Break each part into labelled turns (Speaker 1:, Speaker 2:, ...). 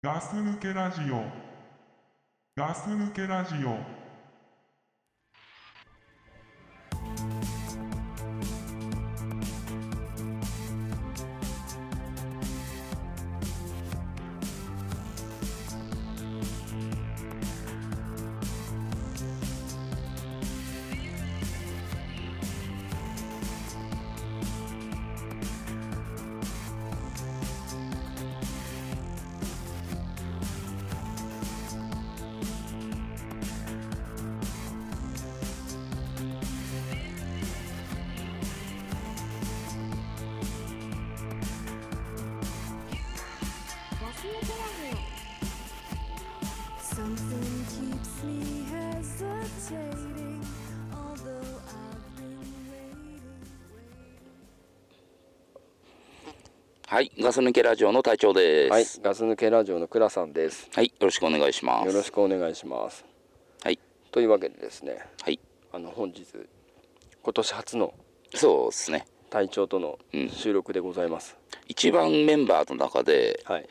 Speaker 1: ガス抜けラジオ。ガス抜けラジオ。
Speaker 2: Something keeps me hesitating, although I've been waiting.
Speaker 3: はい、ガス抜けラジオの隊長で
Speaker 4: はい
Speaker 3: す。、
Speaker 4: ガス抜けラジオの倉さんです。
Speaker 3: はい、よろしくお願いしま
Speaker 4: よ
Speaker 3: す。
Speaker 4: ろしくお願いします。
Speaker 3: はい、
Speaker 4: というわけでですね、
Speaker 3: はい、
Speaker 4: あの本日今年初の
Speaker 3: そうですね。
Speaker 4: 隊長との
Speaker 3: うん
Speaker 4: 収録でございます。
Speaker 3: 一番メンバーの中で、
Speaker 4: はい。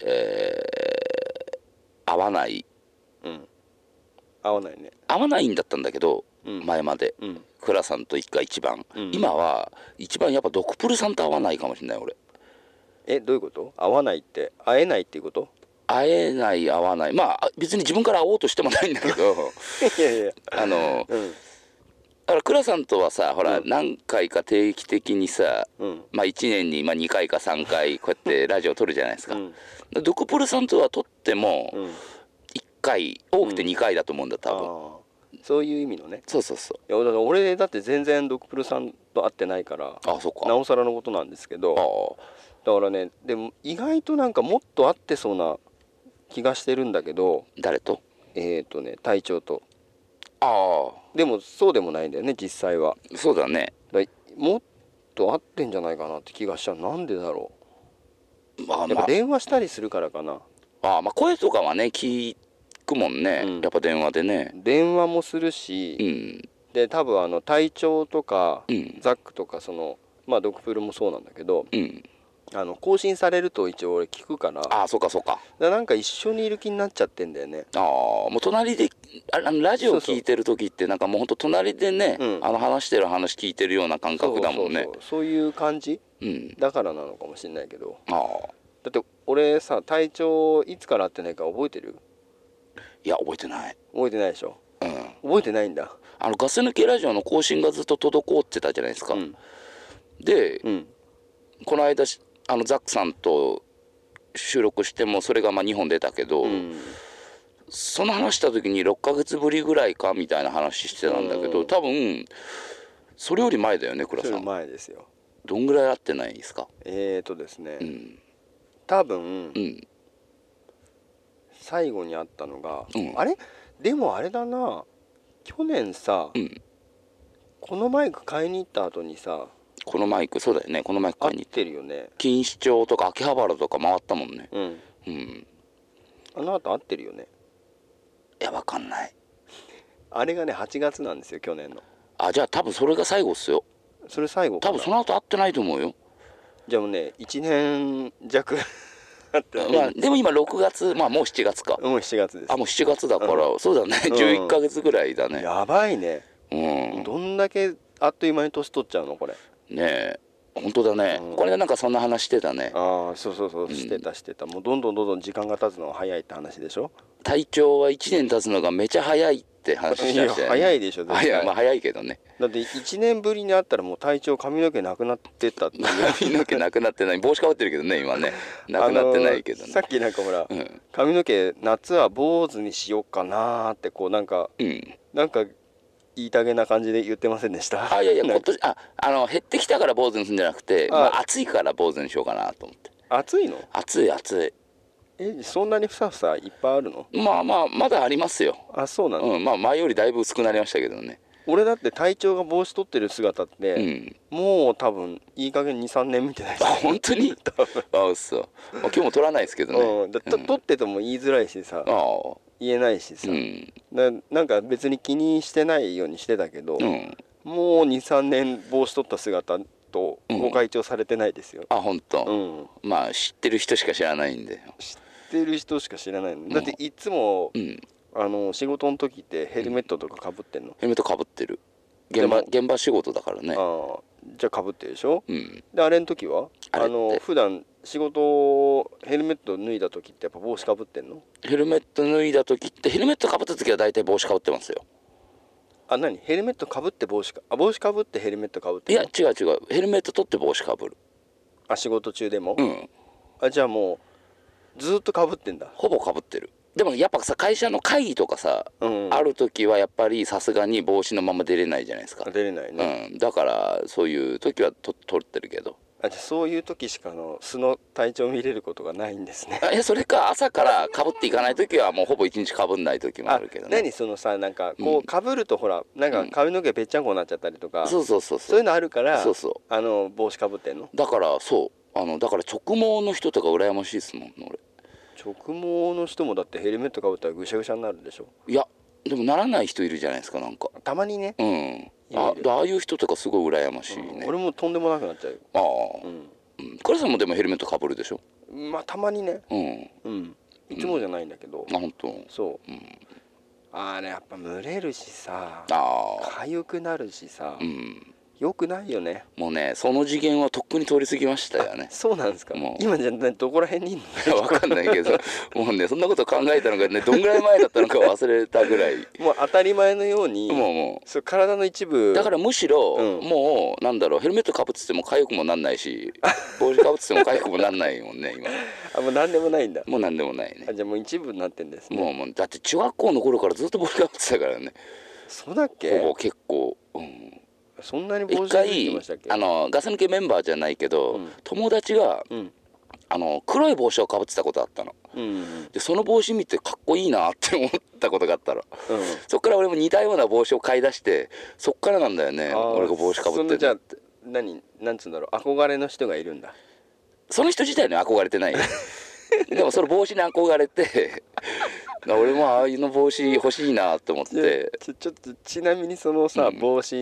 Speaker 3: えー、合わない、
Speaker 4: うん。合わないね。
Speaker 3: 合わないんだったんだけど、
Speaker 4: うん
Speaker 3: 前まで、
Speaker 4: うん。
Speaker 3: クラさんと一回一番、
Speaker 4: うん
Speaker 3: 今は一番やっぱドクプルさんと合わないかもしれない俺。
Speaker 4: え、どういうこと？合わないって会えないっていうこと？
Speaker 3: 会えない合わない、まあ別に自分から会おうとしてもないんだけ ど、
Speaker 4: いやいや。
Speaker 3: あの、
Speaker 4: うん
Speaker 3: だからクラさんとはさ、ほら、
Speaker 4: うん
Speaker 3: 何回か定期的にさ、
Speaker 4: うん
Speaker 3: まあ1年にまあ2回か3回こうやってラジオ撮るじゃないですか、
Speaker 4: うん
Speaker 3: でドクプルさんとは撮っても
Speaker 4: うん。
Speaker 3: 1回多くて2回だと思うんだ
Speaker 4: あ
Speaker 3: 多分、
Speaker 4: ーそういう意味のね。
Speaker 3: そうそうそ
Speaker 4: いやだから俺だって全然ドクプルさんと会ってないから。
Speaker 3: うあそっか
Speaker 4: なおさらのことなんですけど。
Speaker 3: あ
Speaker 4: だからねでも意外となんかもっと合ってそうな気がしてるんだけど
Speaker 3: ー誰と
Speaker 4: えっ、ー、とね体調と
Speaker 3: あ
Speaker 4: でもそうでもないんだよね実際は
Speaker 3: あそうだね
Speaker 4: だからもっと合ってんじゃないかなって気がしちゃうなんでだろ
Speaker 3: まあ
Speaker 4: うやっ
Speaker 3: ま
Speaker 4: ぱ
Speaker 3: あ
Speaker 4: 電話したりするからかな
Speaker 3: あーまあ声とかはね聞くもんね、
Speaker 4: うん
Speaker 3: やっぱ電話でね
Speaker 4: 電話もする
Speaker 3: う
Speaker 4: し、
Speaker 3: ん
Speaker 4: で多分あの体調とか、
Speaker 3: うん
Speaker 4: ザックとかそのまあドクプルもそうなんだけど
Speaker 3: うん
Speaker 4: あの更新されると一応俺聞くからだか
Speaker 3: ああそうかそうから
Speaker 4: なんか一緒にいる気になっちゃってんだよね
Speaker 3: ああもう隣でああのラジオ聞いてる時ってなんかもうほんと隣でね
Speaker 4: うん
Speaker 3: あの話してる話聞いてるような感覚だもんね
Speaker 4: そうそうそうそういう感じ
Speaker 3: うん
Speaker 4: だからなのかもしれないけど
Speaker 3: ああ
Speaker 4: だって俺さ体調いつから会ってないか覚えてる
Speaker 3: いや覚えてない
Speaker 4: 覚えてないでしょ
Speaker 3: うん
Speaker 4: 覚えてないんだ
Speaker 3: あのガス抜けラジオの更新がずっと滞ってたじゃないですか、
Speaker 4: うん
Speaker 3: で
Speaker 4: うん
Speaker 3: この間しあのザックさんと収録してもそれがまあ2本出たけど、
Speaker 4: うん
Speaker 3: その話した時に6ヶ月ぶりぐらいかみたいな話してたんだけど、
Speaker 4: うん
Speaker 3: 多分それより前だよね倉
Speaker 4: そ
Speaker 3: さ
Speaker 4: れ
Speaker 3: ん
Speaker 4: 前ですよ
Speaker 3: どんぐらい会ってないですか
Speaker 4: えーとですね、
Speaker 3: うん
Speaker 4: 多分
Speaker 3: うん
Speaker 4: 最後に会ったのが、
Speaker 3: うん
Speaker 4: あれでもあれだな去年さ、
Speaker 3: うん
Speaker 4: このマイク買いに行った後にさ
Speaker 3: このマイクそうだよねこのマイク買い
Speaker 4: 会っ
Speaker 3: に
Speaker 4: てるよね
Speaker 3: 錦糸町とか秋葉原とか回ったもんね
Speaker 4: うん
Speaker 3: うん
Speaker 4: あの後会ってるよね
Speaker 3: いやわかんない
Speaker 4: あれがね8月なんですよ去年の
Speaker 3: あじゃあ多分それが最後っすよ
Speaker 4: それ最後か
Speaker 3: 多
Speaker 4: な
Speaker 3: 分その後会ってないと思うよ
Speaker 4: じゃあもうね1年弱会ってない
Speaker 3: ま あ、でも今6月まあもう7月か
Speaker 4: もう7月です
Speaker 3: あもう7月だから、そうだね
Speaker 4: うん
Speaker 3: 11ヶ月ぐらいだね
Speaker 4: やばいね
Speaker 3: うん
Speaker 4: どんだけあっという間に年取っちゃうのこれ
Speaker 3: ねえ本当だね、
Speaker 4: うん
Speaker 3: これでなんかそんな話してたね
Speaker 4: ああそうそうそうんしてたしてた、もうどんどんどんどん時間が経つのが早いって話でしょ
Speaker 3: 体調は1年経つのがめちゃ早いって話
Speaker 4: い
Speaker 3: し
Speaker 4: や
Speaker 3: ましたよね
Speaker 4: 早いでしょ絶対
Speaker 3: 早いまあ早いけどね
Speaker 4: だって1年ぶりに会ったらもう体調髪の毛なくなってたっていう
Speaker 3: 髪の毛なくなってない帽子かぶってるけどね今 ねなくなってないけど
Speaker 4: あの
Speaker 3: ね
Speaker 4: さっきなんかほら、
Speaker 3: うん
Speaker 4: 髪の毛夏は坊主にしようかなーってこうなんか
Speaker 3: うん、
Speaker 4: なんか言いたげな感じで言ってませんでした
Speaker 3: あいやいや
Speaker 4: な
Speaker 3: 今
Speaker 4: んか
Speaker 3: 年ああの減ってきたから坊主にするんじゃなくて
Speaker 4: あ
Speaker 3: まあ、暑いから坊主にしようかなと思って
Speaker 4: 暑いの
Speaker 3: 暑い暑
Speaker 4: えそんなにふさふさいっぱいあるの
Speaker 3: いまあまあまだありますよ
Speaker 4: あそうなの、
Speaker 3: うん、まあ前よりだいぶ薄くなりましたけどね。
Speaker 4: 俺だって体調が帽子取ってる姿って、
Speaker 3: うん。
Speaker 4: もう多分いい加減23年見てない
Speaker 3: あ
Speaker 4: です
Speaker 3: 本当に。あそう。まあ今日も取らないですけどね。
Speaker 4: うん、だと
Speaker 3: うん
Speaker 4: 撮ってても言いづらいしさ
Speaker 3: ああ。
Speaker 4: 言えないしさ、
Speaker 3: うん。
Speaker 4: ななんか別に気にしてないようにしてたけど、
Speaker 3: うん。
Speaker 4: もう23年帽子取った姿と
Speaker 3: うん
Speaker 4: ご開帳されてないですよ、
Speaker 3: あ本当、
Speaker 4: うん
Speaker 3: まあ知ってる人しか知らないんで。
Speaker 4: 知っってる人しか知らないのだっていつも
Speaker 3: うんヘ
Speaker 4: あの仕事の時ってヘルメットとかかぶってんの、
Speaker 3: ルメットかぶってる現場
Speaker 4: で
Speaker 3: 現場仕事だからね
Speaker 4: ああじゃあかぶってるでしょ
Speaker 3: うん
Speaker 4: であれの時は
Speaker 3: あれ
Speaker 4: あ
Speaker 3: って
Speaker 4: の普段仕事ヘルメット脱いだ時ってやっぱ帽子かぶってんの
Speaker 3: ヘルメット脱いだ時ってヘルメットかぶった時は大体帽子かぶってますよ
Speaker 4: あ何ヘルメットかぶって帽子かあ帽子かぶってヘルメットかぶって
Speaker 3: い
Speaker 4: ん
Speaker 3: や
Speaker 4: の
Speaker 3: 違う違うヘルメット取って帽子かぶる
Speaker 4: あ仕事中でも、
Speaker 3: うん
Speaker 4: あじゃあもうずーっとかぶってんだ
Speaker 3: ほぼかぶってるでもやっぱさ会社の会議とかさ、
Speaker 4: うん
Speaker 3: ある時はやっぱりさすがに帽子のまま出れないじゃないですか
Speaker 4: 出れないね、
Speaker 3: うん、だからそういう時はと取ってるけど
Speaker 4: あじゃあそういう時しかあの素の体調見れることがないんですね
Speaker 3: あいやそれか朝からかぶっていかない時はもうほぼ一日かぶんない時もあるけどね
Speaker 4: 何そのさなんかこうかぶるとほらなんか髪の毛べっちゃんこになっちゃったりとか、
Speaker 3: そうそうそう
Speaker 4: そう
Speaker 3: そ
Speaker 4: いううのあるから
Speaker 3: そうそ
Speaker 4: あの帽子かぶってんの
Speaker 3: だからそうあのだから直毛の人とか羨ましいですもん俺
Speaker 4: 直毛の人もだってヘルメットかぶったらぐしゃぐしゃになるでしょ
Speaker 3: いやでもならない人いるじゃないですかなんか
Speaker 4: たまにね、
Speaker 3: うん
Speaker 4: い
Speaker 3: あ
Speaker 4: るいる
Speaker 3: だああいう人とかすごい羨ましいね、
Speaker 4: 俺もとんでもなくなっちゃうよ
Speaker 3: ああ、
Speaker 4: うん
Speaker 3: うん、倉さんもでもヘルメットかぶるでしょ
Speaker 4: まあたまにね
Speaker 3: うん
Speaker 4: うんいつもじゃないんだけど、
Speaker 3: あ本当
Speaker 4: そう、
Speaker 3: ん
Speaker 4: あれやっぱ蒸れるしさ
Speaker 3: ああ
Speaker 4: 痒くなるしさ、
Speaker 3: うん
Speaker 4: よくないよね
Speaker 3: もうねその次元はとっくに通り過ぎましたよね
Speaker 4: そうなんですか
Speaker 3: もう
Speaker 4: 今じゃなどこら辺にいんの
Speaker 3: わかんないけどもうねそんなこと考えたのがねどんぐらい前だったのか忘れたぐらい
Speaker 4: もう当たり前のように
Speaker 3: もうも
Speaker 4: そう体の一部
Speaker 3: うだからむしろ、
Speaker 4: うん
Speaker 3: もうなんだろうヘルメットかぶってても痒くもなんないし帽子かぶってても痒くもなんないもんね今
Speaker 4: あもう何でもないんだ
Speaker 3: もうなんでもないね
Speaker 4: あじゃあもう一部になってんですね
Speaker 3: もうもうだって中学校の頃からずっと帽子かぶってたからね
Speaker 4: そうだっ
Speaker 3: ほ
Speaker 4: け
Speaker 3: ぼ結構、うん、
Speaker 4: そんなに帽
Speaker 3: 一
Speaker 4: 子かぶって
Speaker 3: 回
Speaker 4: ましたっけ
Speaker 3: あのガス抜けメンバーじゃないけど、
Speaker 4: うん
Speaker 3: 友達が
Speaker 4: うん
Speaker 3: あの黒い帽子をかぶってたことあったの
Speaker 4: うんうん
Speaker 3: でその帽子見てかっこいいなって思ったことがあったの
Speaker 4: うん
Speaker 3: そっから俺も似たような帽子を買い出してそっからなんだよね
Speaker 4: あー
Speaker 3: 俺が帽子かぶ
Speaker 4: そ
Speaker 3: っ
Speaker 4: の
Speaker 3: て
Speaker 4: じゃあ
Speaker 3: る
Speaker 4: 何なんつうんだろう憧れの人がいるんだ
Speaker 3: その人自体には憧れて ないよでもその帽子に憧れて俺もああいうの帽子欲しいなと思っ
Speaker 4: いや
Speaker 3: て
Speaker 4: ちょちょっとちなみにそのさ、
Speaker 3: うん
Speaker 4: 帽子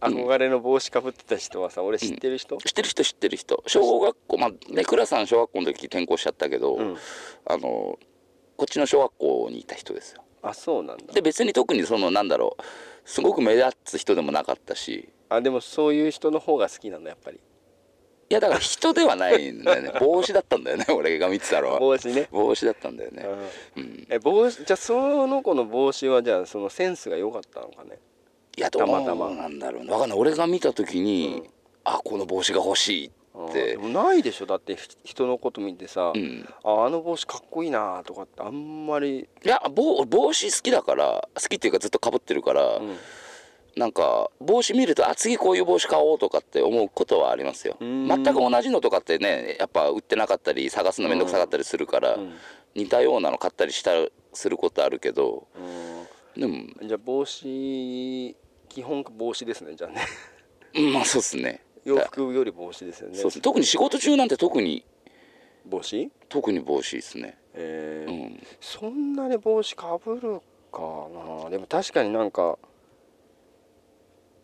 Speaker 4: 憧れの帽子かぶってた人はさ俺知ってる人、
Speaker 3: 知ってる人知ってる人小学校まあね倉さん小学校の時転校しちゃったけど、
Speaker 4: うん
Speaker 3: あのこっちの小学校にいた人ですよ
Speaker 4: あそうなんだ
Speaker 3: で別に特にそのなんだろうすごく目立つ人でもなかったし
Speaker 4: あでもそういう人の方が好きなんだやっぱり
Speaker 3: いやだから人ではないんだよね帽子だったんだよね俺が見てたのは
Speaker 4: 帽子ね、
Speaker 3: 帽子だったんだよね
Speaker 4: う
Speaker 3: うんん、
Speaker 4: え帽子じゃあその子の帽子はじゃあそのセンスが良かったのかね
Speaker 3: いやど
Speaker 4: たまたま
Speaker 3: うなんだろうねわかんない俺が見た時に、
Speaker 4: うん
Speaker 3: あこの帽子が欲しい
Speaker 4: あ
Speaker 3: っ
Speaker 4: ーで
Speaker 3: て
Speaker 4: もないでしょだってひ人のこと見てさ、
Speaker 3: うん
Speaker 4: ああの帽子かっこいいなとかってあんまり、
Speaker 3: いや帽帽子好きだから好きっていうかずっとかぶってるから、
Speaker 4: うん
Speaker 3: なんか帽子見るとあ次こういう帽子買おうとかって思うことはありますよ
Speaker 4: うん
Speaker 3: 全く同じのとかってねやっぱ売ってなかったり探すの面倒くさかったりするから、
Speaker 4: うん
Speaker 3: 似たようなの買ったりしたすることあるけど
Speaker 4: う
Speaker 3: でも
Speaker 4: んじゃあ帽子基本帽子ですねじゃあ ね
Speaker 3: うんまあそうっすね
Speaker 4: 洋服より帽子ですよね
Speaker 3: そうっすね特に仕事中なんて特に
Speaker 4: 帽子
Speaker 3: 特に帽子ですね
Speaker 4: え
Speaker 3: う
Speaker 4: ー
Speaker 3: ん
Speaker 4: そんなに帽子かぶるかなでも確かになんか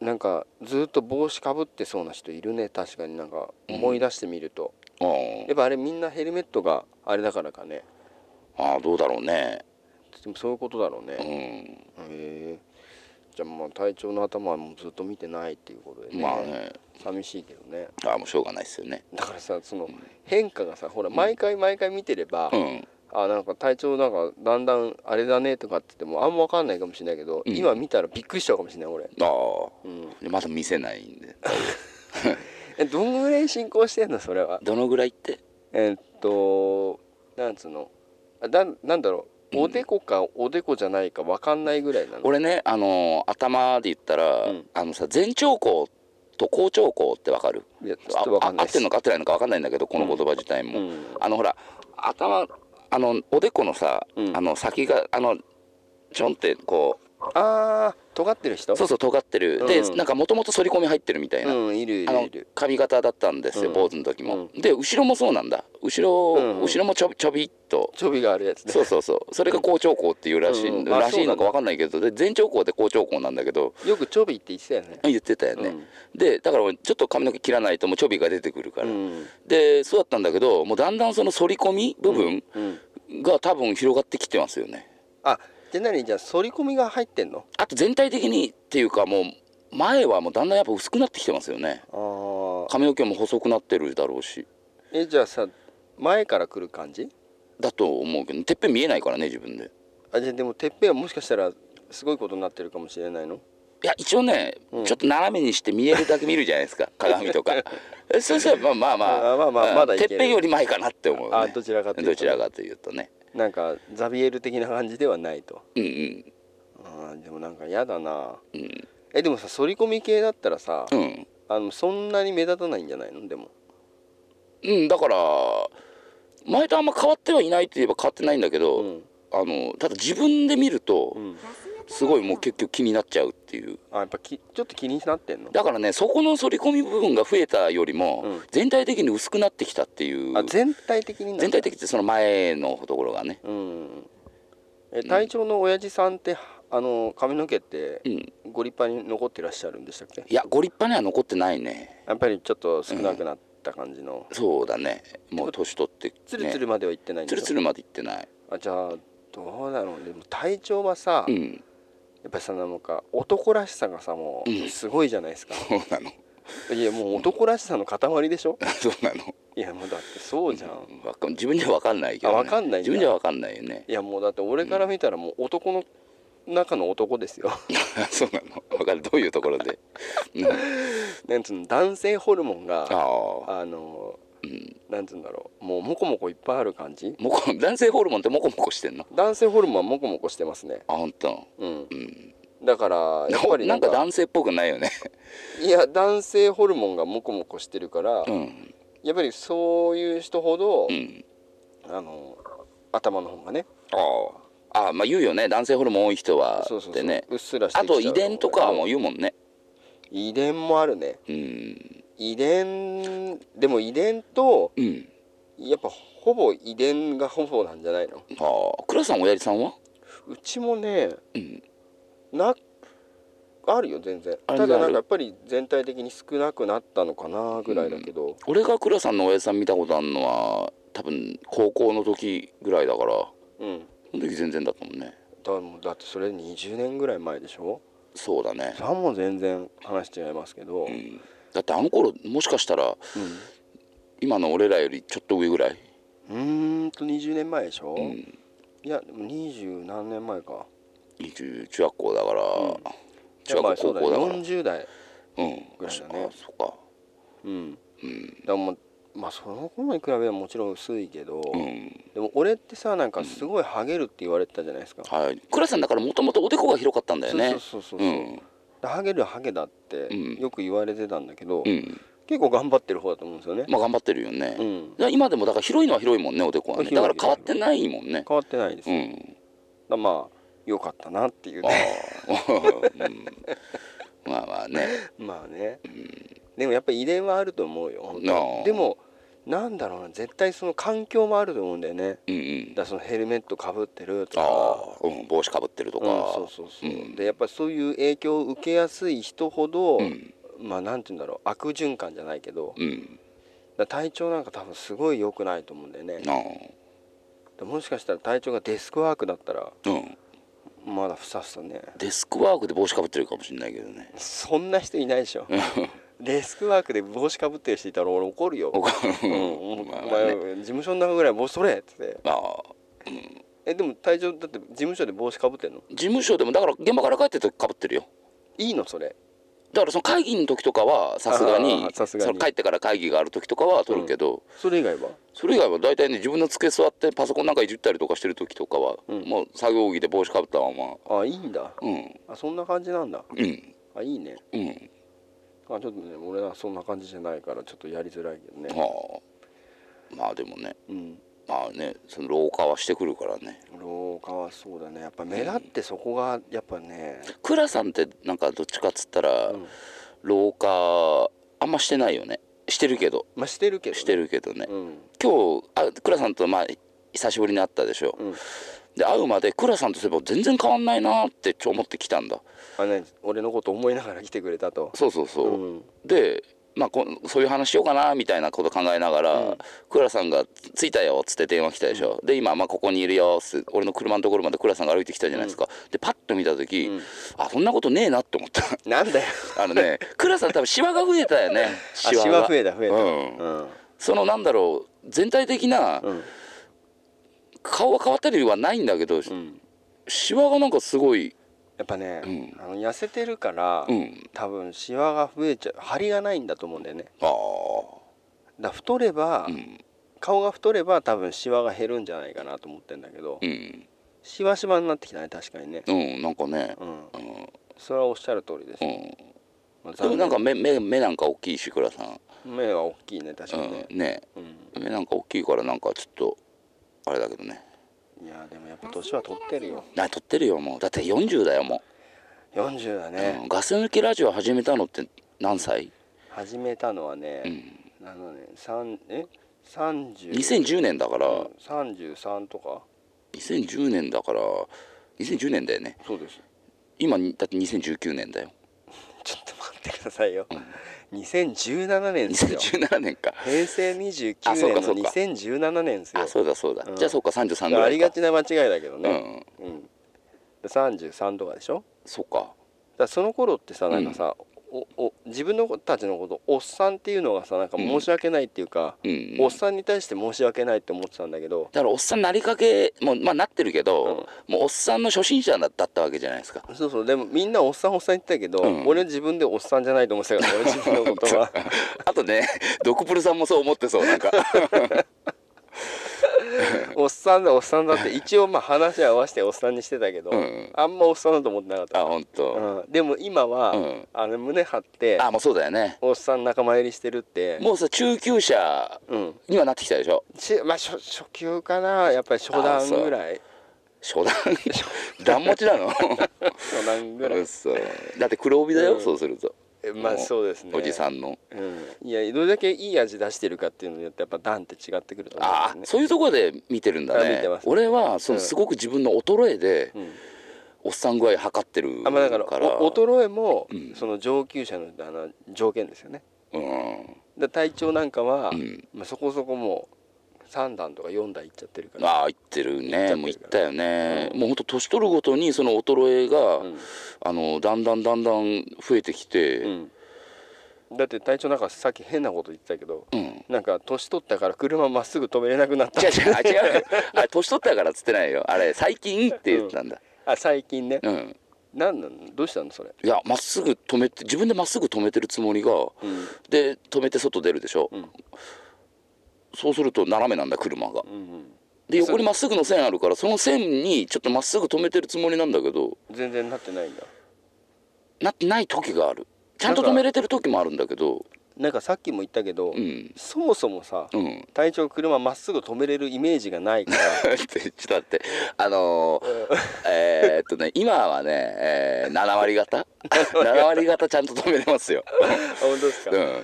Speaker 4: なんかずっと帽子かぶってそうな人いるね確かになんか
Speaker 3: うん
Speaker 4: 思い出してみると、
Speaker 3: あ
Speaker 4: やっぱあれみんなヘルメットがあれだからかね
Speaker 3: あああどうだろうね
Speaker 4: でもそういうことだろうね、
Speaker 3: う
Speaker 4: へ
Speaker 3: ん
Speaker 4: えじゃあまあ体調の頭はもうずっと見てないっていうことでね,、
Speaker 3: まあね
Speaker 4: 寂しいけどね
Speaker 3: ああもうしょうがないですよね
Speaker 4: だからさその変化がさほら毎回毎回見てれば、
Speaker 3: うん
Speaker 4: あなんか体調なんかだんだんあれだねとかって言ってもあんま分かんないかもしれないけど、
Speaker 3: うん
Speaker 4: 今見たらびっくりしちゃうかもしれない俺、
Speaker 3: ああ
Speaker 4: うん、
Speaker 3: でまだ見せないんで
Speaker 4: えどんぐらい進行してんのそれは
Speaker 3: どのぐらいって
Speaker 4: えーっとなんつうのあだなんだろう
Speaker 3: うん
Speaker 4: おでこかおでこじゃないか分かんないぐらいなの、
Speaker 3: 俺ねあのー頭で言ったら、
Speaker 4: うん
Speaker 3: あのさ前兆候と後兆候ってわかる
Speaker 4: いやちょっと分かん
Speaker 3: あ
Speaker 4: ない
Speaker 3: あ合ってんのか合ってないのかわかんないんだけどこの言葉自体も、
Speaker 4: うん
Speaker 3: あのほら頭あのおでこのさ、
Speaker 4: うん
Speaker 3: あの先があのちょんってこ
Speaker 4: あー尖ってる人
Speaker 3: うそうそう尖ってる、で
Speaker 4: うん
Speaker 3: なんかもともと反り込み入ってるみたいな、
Speaker 4: うんいるい
Speaker 3: あ
Speaker 4: る
Speaker 3: の
Speaker 4: いる
Speaker 3: 髪型だったんですよ、
Speaker 4: うん
Speaker 3: 坊主の時も、
Speaker 4: う
Speaker 3: で後ろもそうなんだ後ろ、
Speaker 4: うん
Speaker 3: 後ろもちょびちょびっと
Speaker 4: ちょびがあるやつね
Speaker 3: そうそうそうそれが後長校っていうらしい、
Speaker 4: うんうんあ
Speaker 3: らしいのか
Speaker 4: そうなんだ
Speaker 3: わかんないけどで前兆校で後長校なんだけど
Speaker 4: よくちょびって言ってたよね
Speaker 3: 言ってたよね、でだから俺ちょっと髪の毛切らないともうちょびが出てくるか
Speaker 4: う
Speaker 3: ら、
Speaker 4: んうん
Speaker 3: でそうだったんだけどもうだんだんその反り込み部分
Speaker 4: うん
Speaker 3: が多分広がってきてますよね
Speaker 4: あで何じゃあ反り込みが入ってんの
Speaker 3: あと全体的にっていうかもう前はもうだんだんやっぱ薄くなってきてますよね
Speaker 4: ああ
Speaker 3: 髪の毛も細くなってるだろうし
Speaker 4: えじゃあさ前から来る感じ
Speaker 3: だと思うけどてっぺん見えないからね自分で
Speaker 4: あじゃあでもてっぺんはもしかしたらすごいことになってるかもしれないの
Speaker 3: いや一応ね、
Speaker 4: うん
Speaker 3: ちょっと斜めにして見えるだけ見るじゃないです か鏡とかえそうしたらまあまあまあ
Speaker 4: あまあまあ
Speaker 3: うん
Speaker 4: まだい
Speaker 3: て
Speaker 4: け
Speaker 3: っ
Speaker 4: る
Speaker 3: ぺんより前かなって思う、ね、
Speaker 4: あどちらかというと
Speaker 3: どちらかというとね
Speaker 4: なんかザビエル的な感じではないと
Speaker 3: うんうん
Speaker 4: あーでもなんか嫌だな
Speaker 3: うん
Speaker 4: えでもさ反り込み系だったらさ、
Speaker 3: うん
Speaker 4: あのそんなに目立たないんじゃないのでも
Speaker 3: うん、だから前とあんま変わってはいないといえば変わってないんだけど、
Speaker 4: うん
Speaker 3: あのただ自分で見ると
Speaker 4: うん
Speaker 3: すごいもう結局気になっちゃうっていう
Speaker 4: あやっぱきちょっと気になってんの
Speaker 3: だからねそこの反り込み部分が増えたよりも、
Speaker 4: うん
Speaker 3: 全体的に薄くなってきたっていう
Speaker 4: あ全体的になんだ
Speaker 3: 全体的ってその前のところがね
Speaker 4: うんえ隊長の親父さんってあの髪の毛って
Speaker 3: うんい
Speaker 4: ご立派に残ってらっしゃるんでしたっけ
Speaker 3: やご立派には残ってないね
Speaker 4: やっぱりちょっと少なくなった感じの、
Speaker 3: そうだねもう年取って、ね、
Speaker 4: ツルツルまでは行ってないん
Speaker 3: ツ
Speaker 4: で
Speaker 3: ル
Speaker 4: しょ
Speaker 3: ツルまで行ってない
Speaker 4: あじゃあどうだろうでも隊長はさ、
Speaker 3: う
Speaker 4: や
Speaker 3: ん
Speaker 4: っぱりさなんか男らしさがさも
Speaker 3: うん
Speaker 4: うすごいじゃないですか、
Speaker 3: そうなの
Speaker 4: いやもう男らしさの塊でしょ
Speaker 3: そうなの
Speaker 4: いやもうだってそうじゃん、
Speaker 3: わかん自分では分かんないけど、ね、
Speaker 4: あわかんないんだ
Speaker 3: 自分では分かんないよね
Speaker 4: いやもうだって俺から見たらもう男の中の男ですよ
Speaker 3: そうなの分かるどういうところで、うん、
Speaker 4: なんつうの男性ホルモン
Speaker 3: あ
Speaker 4: が
Speaker 3: あ
Speaker 4: あの
Speaker 3: うん
Speaker 4: なんつうんだろうもうモコモコいっぱいある感じ
Speaker 3: もこ男性ホルモンってモコモコしてんの
Speaker 4: 男性ホルモンはモコモコしてますね
Speaker 3: あ本当。
Speaker 4: うん
Speaker 3: うん
Speaker 4: だからやっぱり
Speaker 3: な
Speaker 4: なんん
Speaker 3: か
Speaker 4: か
Speaker 3: 男性っぽくないよね
Speaker 4: いや男性ホルモンがモコモコしてるから、
Speaker 3: うん
Speaker 4: やっぱりそういう人ほど、
Speaker 3: うん
Speaker 4: あの頭の方がね
Speaker 3: あああまあ言うよね男性ホルモン多い人は
Speaker 4: そうそう
Speaker 3: っ
Speaker 4: そ
Speaker 3: て
Speaker 4: う、
Speaker 3: ね
Speaker 4: うっすらして
Speaker 3: あ
Speaker 4: きちゃう
Speaker 3: と遺伝とかも言うもんね
Speaker 4: 遺伝もあるね
Speaker 3: うん
Speaker 4: 遺伝でも遺伝と
Speaker 3: うん
Speaker 4: やっぱほぼ遺伝がほぼなんじゃないの
Speaker 3: ああ倉さん親父さんは
Speaker 4: うちもね
Speaker 3: うん
Speaker 4: なあるよ全然
Speaker 3: ある
Speaker 4: ただ
Speaker 3: あ
Speaker 4: なん
Speaker 3: る
Speaker 4: かやっぱり全体的に少なくなったのかなぐらいだけど、
Speaker 3: 俺が倉さんの親父さん見たことあるのは多分高校の時ぐらいだから
Speaker 4: うん
Speaker 3: その時全然だったもんね
Speaker 4: だもうだってそれ20年ぐらい前でしょ
Speaker 3: そうだね
Speaker 4: それはもう全然話し違いますけど、
Speaker 3: うんだってあの頃もしかしたら今の俺らよりちょっと上ぐらい、
Speaker 4: うん、うーんと20年前でしょ、
Speaker 3: うん、
Speaker 4: いやでも20何年前か
Speaker 3: 中中学校だから、
Speaker 4: うん
Speaker 3: 中学
Speaker 4: まあ
Speaker 3: 校
Speaker 4: そう
Speaker 3: 高
Speaker 4: だね
Speaker 3: 校だから
Speaker 4: 40代
Speaker 3: うん
Speaker 4: ぐらいだ
Speaker 3: あ
Speaker 4: ね
Speaker 3: そっか
Speaker 4: うん
Speaker 3: うん
Speaker 4: だからもうまあその頃に比べればもちろん薄いけど、
Speaker 3: うん
Speaker 4: でも俺ってさなんかすごいハゲるって言われてたじゃないですか、
Speaker 3: はい倉さんだからもともとおでこが広かったんだよね
Speaker 4: そうそうそうそう、
Speaker 3: うん
Speaker 4: でハゲるハゲだって
Speaker 3: うん
Speaker 4: よく言われてたんだけど、
Speaker 3: うん
Speaker 4: 結構頑張ってる方だと思うんですよね、
Speaker 3: まあ頑張ってるよね、
Speaker 4: う
Speaker 3: だか
Speaker 4: ん、
Speaker 3: ら今でもだから広いのは広いもんねおでこはね
Speaker 4: 広い
Speaker 3: だから変わってないもんね
Speaker 4: 変わってないで
Speaker 3: う
Speaker 4: す、だか
Speaker 3: ん
Speaker 4: らまあよかったなっていう
Speaker 3: あ
Speaker 4: ね
Speaker 3: あ、うん、まあまあね
Speaker 4: まあね、でもやっぱり遺伝はあると思うよ本当に
Speaker 3: ああ
Speaker 4: でもなんだろうな絶対その環境もあると思うんだよね
Speaker 3: うんうん
Speaker 4: だからそのヘルメットかぶってると
Speaker 3: あ
Speaker 4: か
Speaker 3: あ、うん、帽子かぶってると
Speaker 4: うん、
Speaker 3: か、
Speaker 4: そうそうそう、
Speaker 3: うん
Speaker 4: でやっぱりそういう影響を受けやすい人ほど、
Speaker 3: うん
Speaker 4: まあなんて言うんだろう悪循環じゃないけど、
Speaker 3: うん
Speaker 4: だから体調なんか多分すごい良くないと思うんだよね
Speaker 3: あ
Speaker 4: でもしかしたら体調がデスクワークだったら
Speaker 3: あうん
Speaker 4: まだふさふさね
Speaker 3: デスクワークで帽子かぶってるかもしれないけどね
Speaker 4: そんな人いないでしょ
Speaker 3: う
Speaker 4: デスクワークで帽子かぶってる人いたら俺怒るよ、うんん、お
Speaker 3: まあまあ
Speaker 4: 前
Speaker 3: ね
Speaker 4: 事務所の中ぐらい帽子取れっつって
Speaker 3: まあ
Speaker 4: えでも体調だって事務所で帽子かぶってんの
Speaker 3: 事務所でもだから現場から帰ってる時かぶってるよ
Speaker 4: いいのそれ
Speaker 3: だからその会議の時とかはさすがに
Speaker 4: あーさすがに
Speaker 3: その帰ってから会議がある時とかは取るけど、
Speaker 4: それ以外は
Speaker 3: それ以外は大体ね自分の机座ってパソコンなんかいじったりとかしてる時とかは、
Speaker 4: うん
Speaker 3: もう作業着で帽子かぶったまま
Speaker 4: あいいんだ
Speaker 3: うん
Speaker 4: あそんな感じなんだ
Speaker 3: うん
Speaker 4: あいいね
Speaker 3: うん
Speaker 4: あちょっとね俺はそんな感じじゃないからちょっとやりづらいけどね、
Speaker 3: はあまあでもね
Speaker 4: うん
Speaker 3: まあねその老化はしてくるからね
Speaker 4: 老化はそうだねやっぱ目立ってそこがやっぱね、
Speaker 3: 倉さんってなんかどっちかっつったら、
Speaker 4: うん
Speaker 3: 老化あんましてないよねしてるけど
Speaker 4: まあしてるけど、ね、
Speaker 3: してるけどね、
Speaker 4: うん
Speaker 3: 今日あ倉さんとまあ久しぶりに会ったでしょ、
Speaker 4: うん
Speaker 3: で会うまで倉さんとすれば全然変わんないなってちょ思ってきたんだ
Speaker 4: あ何俺のこと思いながら来てくれたと
Speaker 3: そうそうそう、
Speaker 4: うん
Speaker 3: でまあ、こんそういう話しようかなみたいなこと考えながら、クラさんが「着いたよ」っつって電話来たでしょ、で今、まあ、ここにいるよっつって俺の車のところまでクラさんが歩いてきたじゃないですか、でパッと見た時、あそんなことねえなって思った
Speaker 4: なんだよ
Speaker 3: あのねクラさん多分シワが増えたよね
Speaker 4: あシ
Speaker 3: が
Speaker 4: ワ増えた増えた
Speaker 3: うん
Speaker 4: うん
Speaker 3: そのなんだろう全体的な
Speaker 4: うん
Speaker 3: 顔は変わったりはないんだけど、
Speaker 4: うん
Speaker 3: シワがなんかすごい
Speaker 4: やっぱね、
Speaker 3: うん
Speaker 4: あの痩せてるから、
Speaker 3: うん
Speaker 4: 多分シワが増えちゃう張りがないんだと思うんだよね
Speaker 3: あ
Speaker 4: だから太れば、
Speaker 3: あうん
Speaker 4: 顔が太れば多分シワが減るんじゃないかなと思ってんだけど、
Speaker 3: うん
Speaker 4: シワシワになってきたね確かにね
Speaker 3: うんなんかね
Speaker 4: うん
Speaker 3: うん、
Speaker 4: それはおっしゃる通りです、
Speaker 3: うん、
Speaker 4: まあ
Speaker 3: でもなんか目目目なんか大きいし倉さん、
Speaker 4: 目は大きいね確かにね
Speaker 3: うん、ね
Speaker 4: うん、
Speaker 3: 目なんか大きいからなんかちょっとあれだけどね
Speaker 4: いやでもやっぱ年は取ってるよ
Speaker 3: な取ってるよもうだって40だよも
Speaker 4: 40だ
Speaker 3: う、
Speaker 4: ね、
Speaker 3: うん、ガス抜きラジオ始めたのって何歳、
Speaker 4: 始めたのは
Speaker 3: う
Speaker 4: ね、
Speaker 3: ん、
Speaker 4: あのね3え30
Speaker 3: 2010年だから、
Speaker 4: うん33とか
Speaker 3: 2010年だから2010年だよね
Speaker 4: そうです
Speaker 3: 今にだって2019年だよ
Speaker 4: ちょっと待ってくださいよ、2017年ですよ
Speaker 3: 2017年か
Speaker 4: 平成29
Speaker 3: あそうか
Speaker 4: 年
Speaker 3: そ
Speaker 4: の
Speaker 3: うか
Speaker 4: 2017年ですよ
Speaker 3: あそうだそうだ、
Speaker 4: うん
Speaker 3: じゃあそうか33ぐ
Speaker 4: あ
Speaker 3: ら
Speaker 4: り
Speaker 3: い
Speaker 4: が
Speaker 3: か
Speaker 4: ちな間違いだけど
Speaker 3: う
Speaker 4: ね、
Speaker 3: ん
Speaker 4: うんで33とかでしょ
Speaker 3: そうか
Speaker 4: だからその頃ってさなんかさ、おお自分の子たちのことおっさんっていうのがさなんか申し訳ないっていうか、
Speaker 3: うんうん
Speaker 4: おっさんに対して申し訳ないって思ってたんだけど
Speaker 3: だからおっさんなりかけもうまあなってるけど、もうおっさんの初心者だったわけじゃないですか
Speaker 4: そうそうでもみんなおっさんおっさん言ってたけど、
Speaker 3: うん
Speaker 4: 俺は自分でおっさんじゃないと思ってたから俺自分のことは
Speaker 3: あとねドクプルさんもそう思ってそうなん か
Speaker 4: おっさんだおっさん だって一応まあ話合わせておっさんにしてたけど、
Speaker 3: うん
Speaker 4: あんまおっさんだと思ってなかっ
Speaker 3: あ
Speaker 4: た、
Speaker 3: 本当、
Speaker 4: うん、でも今は、
Speaker 3: うん
Speaker 4: あの胸張って
Speaker 3: あもうそうだよね
Speaker 4: おっさん仲間入りしてるって
Speaker 3: もうさ中級者
Speaker 4: うん
Speaker 3: にはなってきたでしょ
Speaker 4: ちまあ初初級かなやっぱり初段ぐらい
Speaker 3: 初段段持ちなの
Speaker 4: 初段ぐらい
Speaker 3: 嘘だって黒帯だよ、
Speaker 4: うん
Speaker 3: そうすると
Speaker 4: えまあそうですね
Speaker 3: おじさんの
Speaker 4: うん、いやどれだけいい味出してるかっていうのによってやっぱ段って違ってくると思うんだ
Speaker 3: あ
Speaker 4: よ
Speaker 3: あ
Speaker 4: ね
Speaker 3: そういうところで見てるんだ
Speaker 4: あ見
Speaker 3: ね
Speaker 4: てます
Speaker 3: 俺はその
Speaker 4: うん
Speaker 3: すごく自分の衰えで、
Speaker 4: ん
Speaker 3: おっさん具合測ってる
Speaker 4: あ
Speaker 3: か
Speaker 4: まあ
Speaker 3: ら
Speaker 4: だからお衰えも、
Speaker 3: うん
Speaker 4: その上級者のあの条件ですよね
Speaker 3: うん
Speaker 4: だ体調なんかは、
Speaker 3: うん
Speaker 4: まあ、そこそこもう3段とか4段いっちゃってるから
Speaker 3: ああ言ってる
Speaker 4: っち
Speaker 3: ね
Speaker 4: ゃってるから
Speaker 3: もう言ったよね、
Speaker 4: うん
Speaker 3: もうほんと年取るごとにその衰えが、
Speaker 4: ん
Speaker 3: あのだんだんだんだん増えてき
Speaker 4: う
Speaker 3: て、
Speaker 4: ん、だって体調なんかさっき変なこと言ってたけど
Speaker 3: うん
Speaker 4: なんか年取ったから車まっすぐ止めれなくなった
Speaker 3: 違う違うあ違うあれ年取ったからっつってないよあれ最近って言ったんだ
Speaker 4: あ最近ね、
Speaker 3: うん、
Speaker 4: なんなのどうしたのそれ
Speaker 3: いやまっすぐ止めて自分でまっすぐ止めてるつもりが、
Speaker 4: ん
Speaker 3: で止めて外出るでしょ、
Speaker 4: ん
Speaker 3: そうすると斜めなんだ車が
Speaker 4: うん
Speaker 3: で横にまっすぐの線あるからその線にちょっとまっすぐ止めてるつもりなんだけど
Speaker 4: 全然なってないんだ
Speaker 3: なってない時があるちゃんと
Speaker 4: なん
Speaker 3: 止
Speaker 4: か
Speaker 3: めれてる時もあるんだけど
Speaker 4: なんかさっきも言ったけど、
Speaker 3: うん
Speaker 4: そもそもさ、
Speaker 3: うん
Speaker 4: 体調車まっすぐ止めれるイメージがな いから
Speaker 3: ってちょっと待ってあのーえーっとね今はね、えー7割 方7割方ちゃんと止めれますよ、
Speaker 4: あ本当ですか、
Speaker 3: う
Speaker 4: なん
Speaker 3: ん、
Speaker 4: か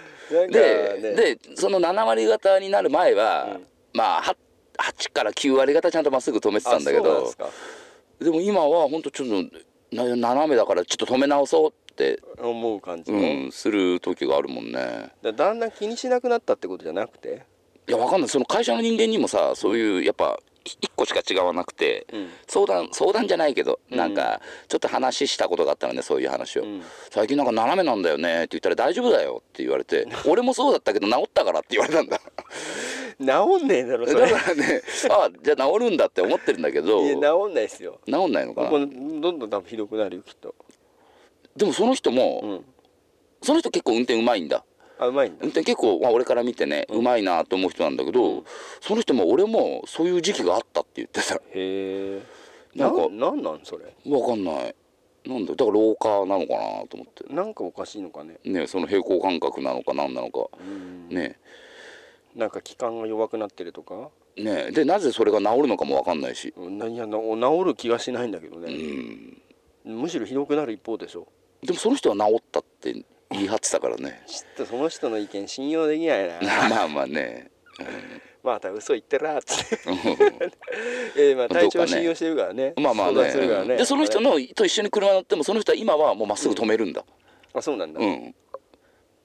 Speaker 3: で,、
Speaker 4: ね
Speaker 3: でその7割方になる前は、
Speaker 4: うん
Speaker 3: まあは 8, から9割方ちゃんとまっすぐ止めてたんだけ
Speaker 4: あそうなんで
Speaker 3: ど
Speaker 4: すか
Speaker 3: でも今はほんとちょっとな斜めだからちょっと止め直そうって、
Speaker 4: 思う感じ
Speaker 3: う
Speaker 4: の、
Speaker 3: ん、する時があるもんね
Speaker 4: だだんだん気にしなくなったってことじゃなくて、
Speaker 3: いやわかんないその会社の人間にもさそういうやっぱ1個しか違わなくて、
Speaker 4: うん
Speaker 3: 相談相談じゃないけどなんかちょっと話したことがあったのねそういう話を、
Speaker 4: うん
Speaker 3: 最近なんか斜めなんだよねって言ったら大丈夫だよって言われて俺もそうだったけど治ったからって言われたんだ
Speaker 4: 治んねえだろ
Speaker 3: だ
Speaker 4: そ
Speaker 3: か
Speaker 4: れいや
Speaker 3: らねあじゃあ治るんだって思ってるんだけど治
Speaker 4: 治んないですよ
Speaker 3: んないのか
Speaker 4: こ
Speaker 3: な
Speaker 4: れどんどん多分ひどくなるよきっと
Speaker 3: でもその人も、
Speaker 4: うん
Speaker 3: その人結構運転うまいんだ
Speaker 4: あうまいんだ
Speaker 3: 運転結構、まあ、俺から見てねうまいなと思う人なんだけど、その人も俺もそういう時期があったって言ってた
Speaker 4: へえ
Speaker 3: な
Speaker 4: なん
Speaker 3: か
Speaker 4: んなんなんそれ
Speaker 3: わかんないなんだだから老化なのかなと思って
Speaker 4: なんかおかしいのかね
Speaker 3: ねその平行感覚なのか何なのか
Speaker 4: うん
Speaker 3: ね
Speaker 4: なんか気管が弱くなってるとか
Speaker 3: ねでなぜそれが治るのかも分かんないし
Speaker 4: うんいやな治る気がしないんだけど
Speaker 3: う
Speaker 4: ね、
Speaker 3: ん
Speaker 4: むしろひどくなる一方でしょ
Speaker 3: でもその人は治ったって言い張ってたから ね
Speaker 4: ちょっとその人の意見信用できないな
Speaker 3: まあまあね
Speaker 4: また嘘言ってらーっつっ
Speaker 3: う
Speaker 4: て、えーまあ、
Speaker 3: どうかね
Speaker 4: 体調信用してるからね
Speaker 3: んまあまあ
Speaker 4: 相
Speaker 3: ね
Speaker 4: 談するからね
Speaker 3: でその人のと一緒に車乗ってもその人は今はもうまっすぐ止めるんだ
Speaker 4: あそうなんだ、
Speaker 3: うん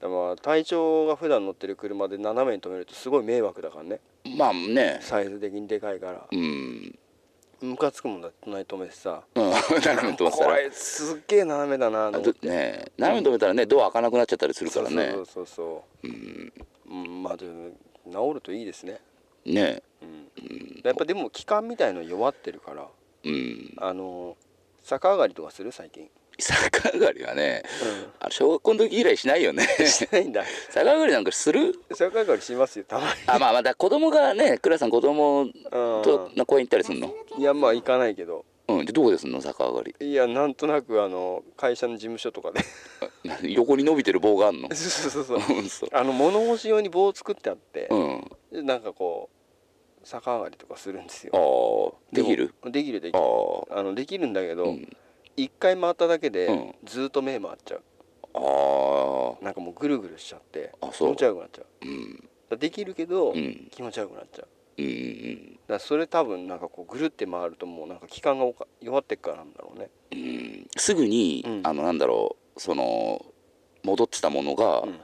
Speaker 4: でも体調が普段乗ってる車で斜めに止めるとすごい迷惑だからね
Speaker 3: まあね
Speaker 4: サイズ的にでかいから
Speaker 3: うん
Speaker 4: ムカつくもんだって隣止めてさ
Speaker 3: うん斜めに止めてた
Speaker 4: こ
Speaker 3: ら
Speaker 4: れすっげえ斜めだなと思っ
Speaker 3: どね斜めに止めたらねドア開かなくなっちゃったりするからね
Speaker 4: そうそうそうそううんまあでも治るといいですね
Speaker 3: ね
Speaker 4: やっぱでも気管みたいの弱ってるから
Speaker 3: うん
Speaker 4: あの逆上がりとかする最 近、
Speaker 3: 逆上がりはねあれ小学校の時以来しないよね
Speaker 4: しないんだ
Speaker 3: 逆上がりなんかする
Speaker 4: 逆上がりしますよたまに
Speaker 3: あまあまた子供がね倉さん子供と
Speaker 4: う
Speaker 3: の公園行ったりすんの
Speaker 4: んいやまあ行かないけど
Speaker 3: うんでどこですんの逆上がり
Speaker 4: いやなんとなくあの会社の事務所とかで
Speaker 3: な横に伸びてる棒があん の
Speaker 4: そうそうそうそう
Speaker 3: うんそう
Speaker 4: あの物干し用に棒を作ってあって
Speaker 3: う、ん
Speaker 4: でなんかこう逆上がりとかするんです
Speaker 3: あ
Speaker 4: よ
Speaker 3: あで
Speaker 4: も
Speaker 3: きる
Speaker 4: できるでき
Speaker 3: あ
Speaker 4: る
Speaker 3: あ
Speaker 4: あのできるんだけど、
Speaker 3: うん
Speaker 4: 一回回っただけで、
Speaker 3: うん
Speaker 4: ずっと目回っちゃう
Speaker 3: ああ
Speaker 4: なんかもうぐるぐるしちゃって
Speaker 3: あ
Speaker 4: 気
Speaker 3: そう
Speaker 4: 持ち悪くなっちゃう
Speaker 3: うん
Speaker 4: だできるけど、
Speaker 3: うん
Speaker 4: 気持ち悪くなっちゃう
Speaker 3: うんうん
Speaker 4: だからそれ多分なんかこうぐるって回るともうなんか気管がおか弱ってっからなんだろうね
Speaker 3: うんすぐに、
Speaker 4: うん
Speaker 3: あのなんだろうその戻ってたものが、
Speaker 4: ん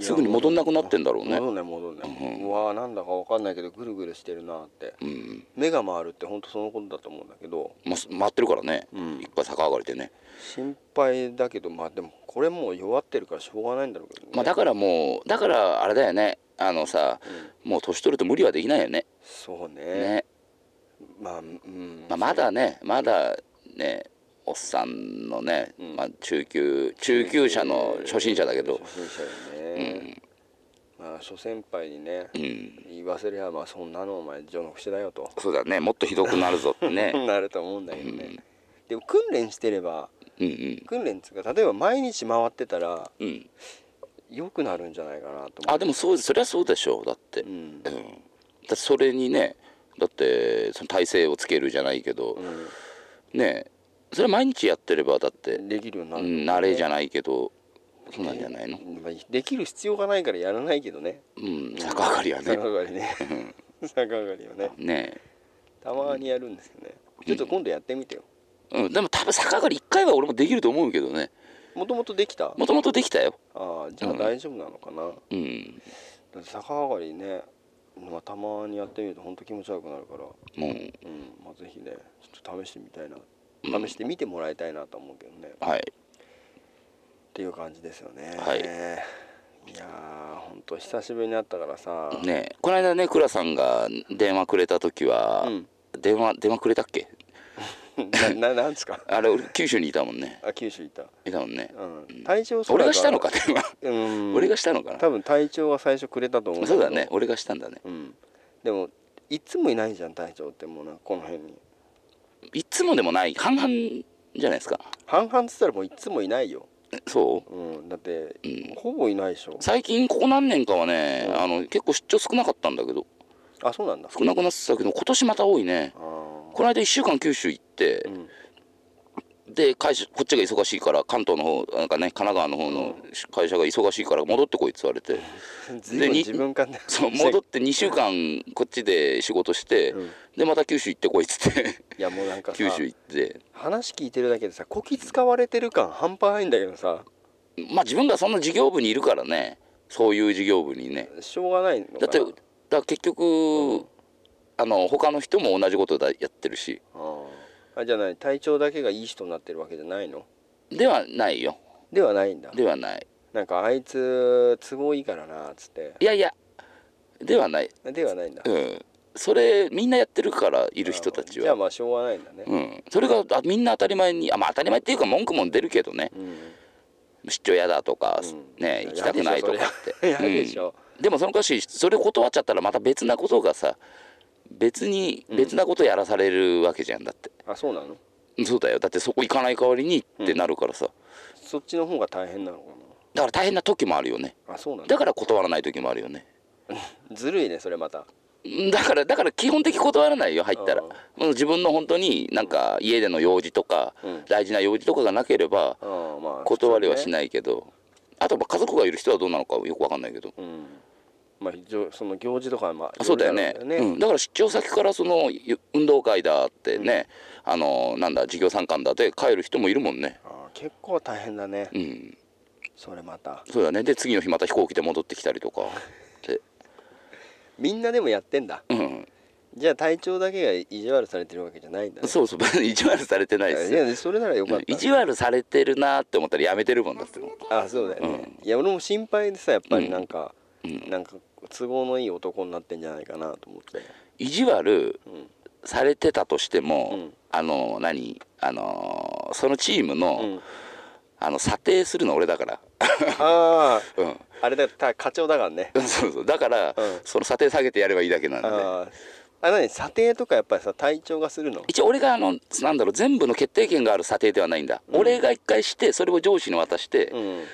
Speaker 3: すぐに戻んなくなってんだろうね
Speaker 4: 戻んない戻んない、
Speaker 3: う
Speaker 4: うわーなんだかわかんないけどぐるぐるしてるなーって
Speaker 3: うん
Speaker 4: 目が回るって本当そのことだと思うんだけど、
Speaker 3: ま、回ってるからね、
Speaker 4: うん
Speaker 3: いっぱい逆上がりでね、
Speaker 4: 心配だけどまあでもこれもう弱ってるからしょうがないんだろうけどね、
Speaker 3: まあ、だからもうだからあれだよねあのさ、もう年取ると無理はできないよね
Speaker 4: そうね
Speaker 3: ね、
Speaker 4: まあうん
Speaker 3: まあ、まだねまだねおっさんのね、
Speaker 4: うん
Speaker 3: まあ、中級中級者の初心者だけど
Speaker 4: 初心者よね、まあ諸先輩にね、
Speaker 3: うん
Speaker 4: 言わせりゃまあそんなのお前序の口だよと
Speaker 3: そうだねもっとひどくなるぞって ね
Speaker 4: なると思うんだけどね、でも訓練してれば
Speaker 3: うんうん
Speaker 4: 訓練っつうか例えば毎日回ってたら
Speaker 3: うん
Speaker 4: 良くなるんじゃないかなと思う
Speaker 3: あでもそうそりゃそうでしょうだって、
Speaker 4: う
Speaker 3: うん
Speaker 4: ん
Speaker 3: だってそれにねだってその体勢をつけるじゃないけど、ねそれ毎日やってればだって、
Speaker 4: できるようにな
Speaker 3: う
Speaker 4: る、
Speaker 3: ん、慣れじゃ
Speaker 4: ない
Speaker 3: ないけどそうなんじゃないの、
Speaker 4: できる必要がないからやらないけどね
Speaker 3: うん、逆上がりはね
Speaker 4: 逆上がりね逆上がりはね
Speaker 3: ね
Speaker 4: たまにやるんですよねちょっと今度やってみてよ
Speaker 3: うん、でも多分逆上がり1回は俺もできると思うけどね
Speaker 4: もともとできたあ
Speaker 3: もともとできたよ
Speaker 4: あじゃあ大丈夫なのかな、
Speaker 3: うん
Speaker 4: だって逆上がりね、まあ、たまにやってみると本当気持ち悪くなるから
Speaker 3: もう
Speaker 4: うんまあぜひねちょっと試してみたいな試してみてもらいたいなと思うけどね、っ
Speaker 3: はい
Speaker 4: ていう感じですよね
Speaker 3: はい
Speaker 4: いやーほんと久しぶりに会ったからさ、
Speaker 3: ねこの間ね倉さんが電話くれた時は、
Speaker 4: うん
Speaker 3: 電話電話くれたっけ
Speaker 4: なななんですか
Speaker 3: あれ俺九州にいたもんね
Speaker 4: あ九州いた、
Speaker 3: いたもんね
Speaker 4: うん、体調
Speaker 3: 俺がしたのか電話
Speaker 4: うん
Speaker 3: 俺がしたのか
Speaker 4: 多分体調は最初くれたと思う
Speaker 3: な
Speaker 4: けど
Speaker 3: そうだね俺がしたんだね
Speaker 4: うんでもいつもいないじゃん体調ってもうなんかこの辺に
Speaker 3: いつもでもない半々じゃないですか
Speaker 4: 半々っつったらもういつもいないよ、
Speaker 3: そう
Speaker 4: うん、だって、
Speaker 3: うん
Speaker 4: ほぼいないでしょ
Speaker 3: 最近ここ何年かはね、
Speaker 4: うん
Speaker 3: あの結構出張少なかったんだけど
Speaker 4: あそうなんだ
Speaker 3: 少なくなってたけど今年また多いね
Speaker 4: あー
Speaker 3: この間1週間九州行って
Speaker 4: う、ん
Speaker 3: で会社こっちが忙しいから関東の方なんかね神奈川の方の会社が忙しいから戻ってこいって言われて、
Speaker 4: 随分
Speaker 3: に
Speaker 4: 自分感で
Speaker 3: そう戻って2週間こっちで仕事して、
Speaker 4: うん
Speaker 3: でまた九州行ってこいっつって
Speaker 4: いやもうなんかさ
Speaker 3: 九州行って
Speaker 4: 話聞いてるだけでさこき使われてる感半端ないんだけどさ
Speaker 3: まあ自分がそんな事業部にいるからねそういう事業部にね
Speaker 4: しょうがないのかな
Speaker 3: だってだから結局、あの他の人も同じことだやってるし
Speaker 4: あーあじゃあ何体調だけがいい人になってるわけじゃないの
Speaker 3: ではないよ
Speaker 4: ではないんだ
Speaker 3: ではない
Speaker 4: なんかあいつ都合いいからなっつって
Speaker 3: いやいやではない
Speaker 4: ではないんだ
Speaker 3: うんそれみんなやってるからいる人たち
Speaker 4: じゃあ
Speaker 3: は
Speaker 4: まあしょうがないんだね
Speaker 3: うんそれがあみんな当たり前にあまあ当たり前っていうか文句も出るけどね
Speaker 4: うん
Speaker 3: 出張嫌だとか、
Speaker 4: うん
Speaker 3: ね
Speaker 4: いや
Speaker 3: 行きたくないとかって
Speaker 4: 嫌でしょ
Speaker 3: うんでもそのかしそれ断っちゃったらまた別なことがさ別に
Speaker 4: ん
Speaker 3: 別なことやらされるわけじゃんだって、
Speaker 4: あそうなの
Speaker 3: そうだよだってそこ行かない代わりにってなるからさ、
Speaker 4: そっちの方が大変なのか
Speaker 3: だから大変な時もあるよね
Speaker 4: なあそうなんだ
Speaker 3: だから断らない時もあるよね
Speaker 4: ずるいねそれまた
Speaker 3: うんだからだから基本的に断らないよ入ったら
Speaker 4: あ
Speaker 3: もう自分の本当になんか家での用事とか、
Speaker 4: うん
Speaker 3: 大事な用事とかがなければ
Speaker 4: あーまあ
Speaker 3: 断りはし
Speaker 4: い
Speaker 3: ないけど、あとまあ家族がいる人はどうなのかよくわかんないけど
Speaker 4: うんまあじょその行事とかはまあ
Speaker 3: あそうだよね
Speaker 4: いろいろあるん
Speaker 3: うん、だから出張先からそのゆ運動会だってね、あのなんだ授業参観だって帰る人もいるもんね
Speaker 4: あー結構大変だね
Speaker 3: うん
Speaker 4: それまた
Speaker 3: そうだねで次の日また飛行機で戻ってきたりとかで
Speaker 4: みんなでもやってんだ
Speaker 3: うん
Speaker 4: じゃあ体調だけが意地悪されてるわけじゃないんだね
Speaker 3: そうそう 別に意地悪されてないです
Speaker 4: いやそれならよかっ
Speaker 3: う
Speaker 4: た
Speaker 3: ん意地悪されてるなって思ったらやめてるもんだって
Speaker 4: あそうだよね、いや俺も心配でさやっぱりなんか、
Speaker 3: うん
Speaker 4: なんか都合のいい男になってんじゃないかなと思って
Speaker 3: 意地悪
Speaker 4: うん
Speaker 3: されてたとしても、
Speaker 4: うん
Speaker 3: あの何あのそのチームの,、
Speaker 4: うん、
Speaker 3: あの査定するの俺だから
Speaker 4: ああ
Speaker 3: うん
Speaker 4: あれだた課長だからね
Speaker 3: そうそうだから、
Speaker 4: うん
Speaker 3: その査定下げてやればいいだけなんで
Speaker 4: あああ何査定とかやっぱりさ体調がするの
Speaker 3: 一応俺があのなんだろう全部の決定権がある査定ではないんだ、俺が一回してそれを上司に渡して、
Speaker 4: うん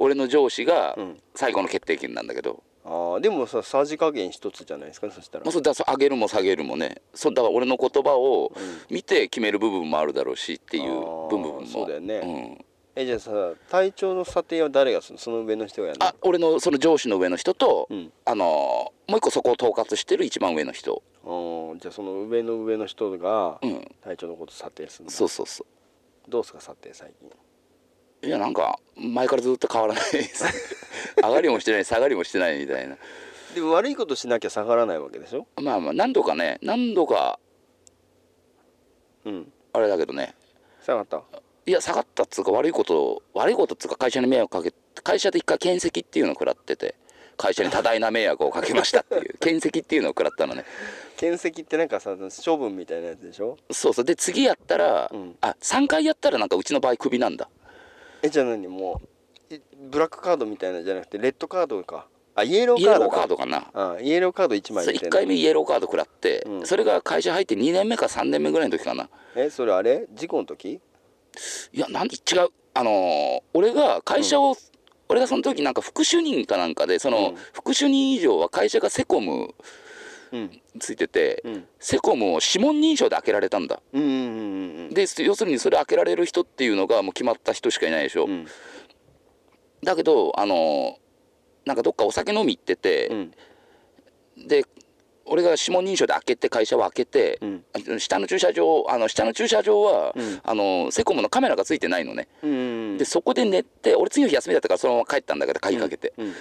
Speaker 3: 俺の上司が
Speaker 4: うん
Speaker 3: 最後の決定権なんだけど、
Speaker 4: ああでもささじ加減一つじゃないですかねそしたら
Speaker 3: まあ、そうだそう上げるも下げるもねそうだから俺の言葉を見て決める部分もあるだろうしっていう
Speaker 4: あー
Speaker 3: 部分も
Speaker 4: そうだよね
Speaker 3: うん
Speaker 4: えじゃあさ体調の査定は誰がするのその上の人がやるの
Speaker 3: あ俺のその上司の上の人と、
Speaker 4: うん
Speaker 3: あのーもう一個そこを統括してる一番上の人、
Speaker 4: おーじゃあその上の上の人が
Speaker 3: うん、
Speaker 4: 体調のこと査定するの、
Speaker 3: そうそうそ
Speaker 4: どうすか査定最近
Speaker 3: ういやなんか前からずっと変わらないです 上がりもしてない下がりもしてないみたいな
Speaker 4: でも悪いことしなきゃ下がらないわけでしょ
Speaker 3: まあまあ何度かね何度か
Speaker 4: うん
Speaker 3: あれだけどね
Speaker 4: 下がった
Speaker 3: いや下がったっつうか悪いこと悪いことっつうか会社に迷惑かけ会社で一回検責っていうのを食らってて会社に多大な迷惑をかけましたっていう 検責っていうのを食らったのね
Speaker 4: 検石ってなんかさ処分みたいなやつでしょ
Speaker 3: そうそうで次やったら、
Speaker 4: うん
Speaker 3: あ3回やったらなんかうちの場合クビなんだ
Speaker 4: えじゃあ何もうえブラックカードみたいなのじゃなくてレッドカードかあイエロー
Speaker 3: イエ
Speaker 4: カー
Speaker 3: ロー
Speaker 4: ド
Speaker 3: カー
Speaker 4: か
Speaker 3: ドかな
Speaker 4: あイエローカード1枚
Speaker 3: そう
Speaker 4: みたい
Speaker 3: 1
Speaker 4: な
Speaker 3: 回目イエローカード食らって、
Speaker 4: うん
Speaker 3: それが会社入って2年目か3年目ぐらいの時かな
Speaker 4: えそれあれ事故の時
Speaker 3: いやなん違うあのー俺が会社を、俺がその時なんか副主任かなんかでその、
Speaker 4: うん
Speaker 3: 副主任以上は会社がセコム
Speaker 4: うん
Speaker 3: ついてて、
Speaker 4: うん
Speaker 3: セコムを指紋認証で開けられたんだ
Speaker 4: うんうんうんうん
Speaker 3: で要するにそれ開けられる人っていうのがもう決まった人しかいないでしょ、
Speaker 4: うん
Speaker 3: だけどあのなんかどっかお酒飲み行って
Speaker 4: う
Speaker 3: て、
Speaker 4: ん
Speaker 3: で俺が指紋認証で開けて会社は開けて、
Speaker 4: うん
Speaker 3: あ下の駐車場あの下の駐車場は、
Speaker 4: うん
Speaker 3: あのセコムのカメラがついてないのね、
Speaker 4: うん
Speaker 3: でそこで寝て俺次の日休みだったからそのまま帰ったんだけど鍵かけて、
Speaker 4: うん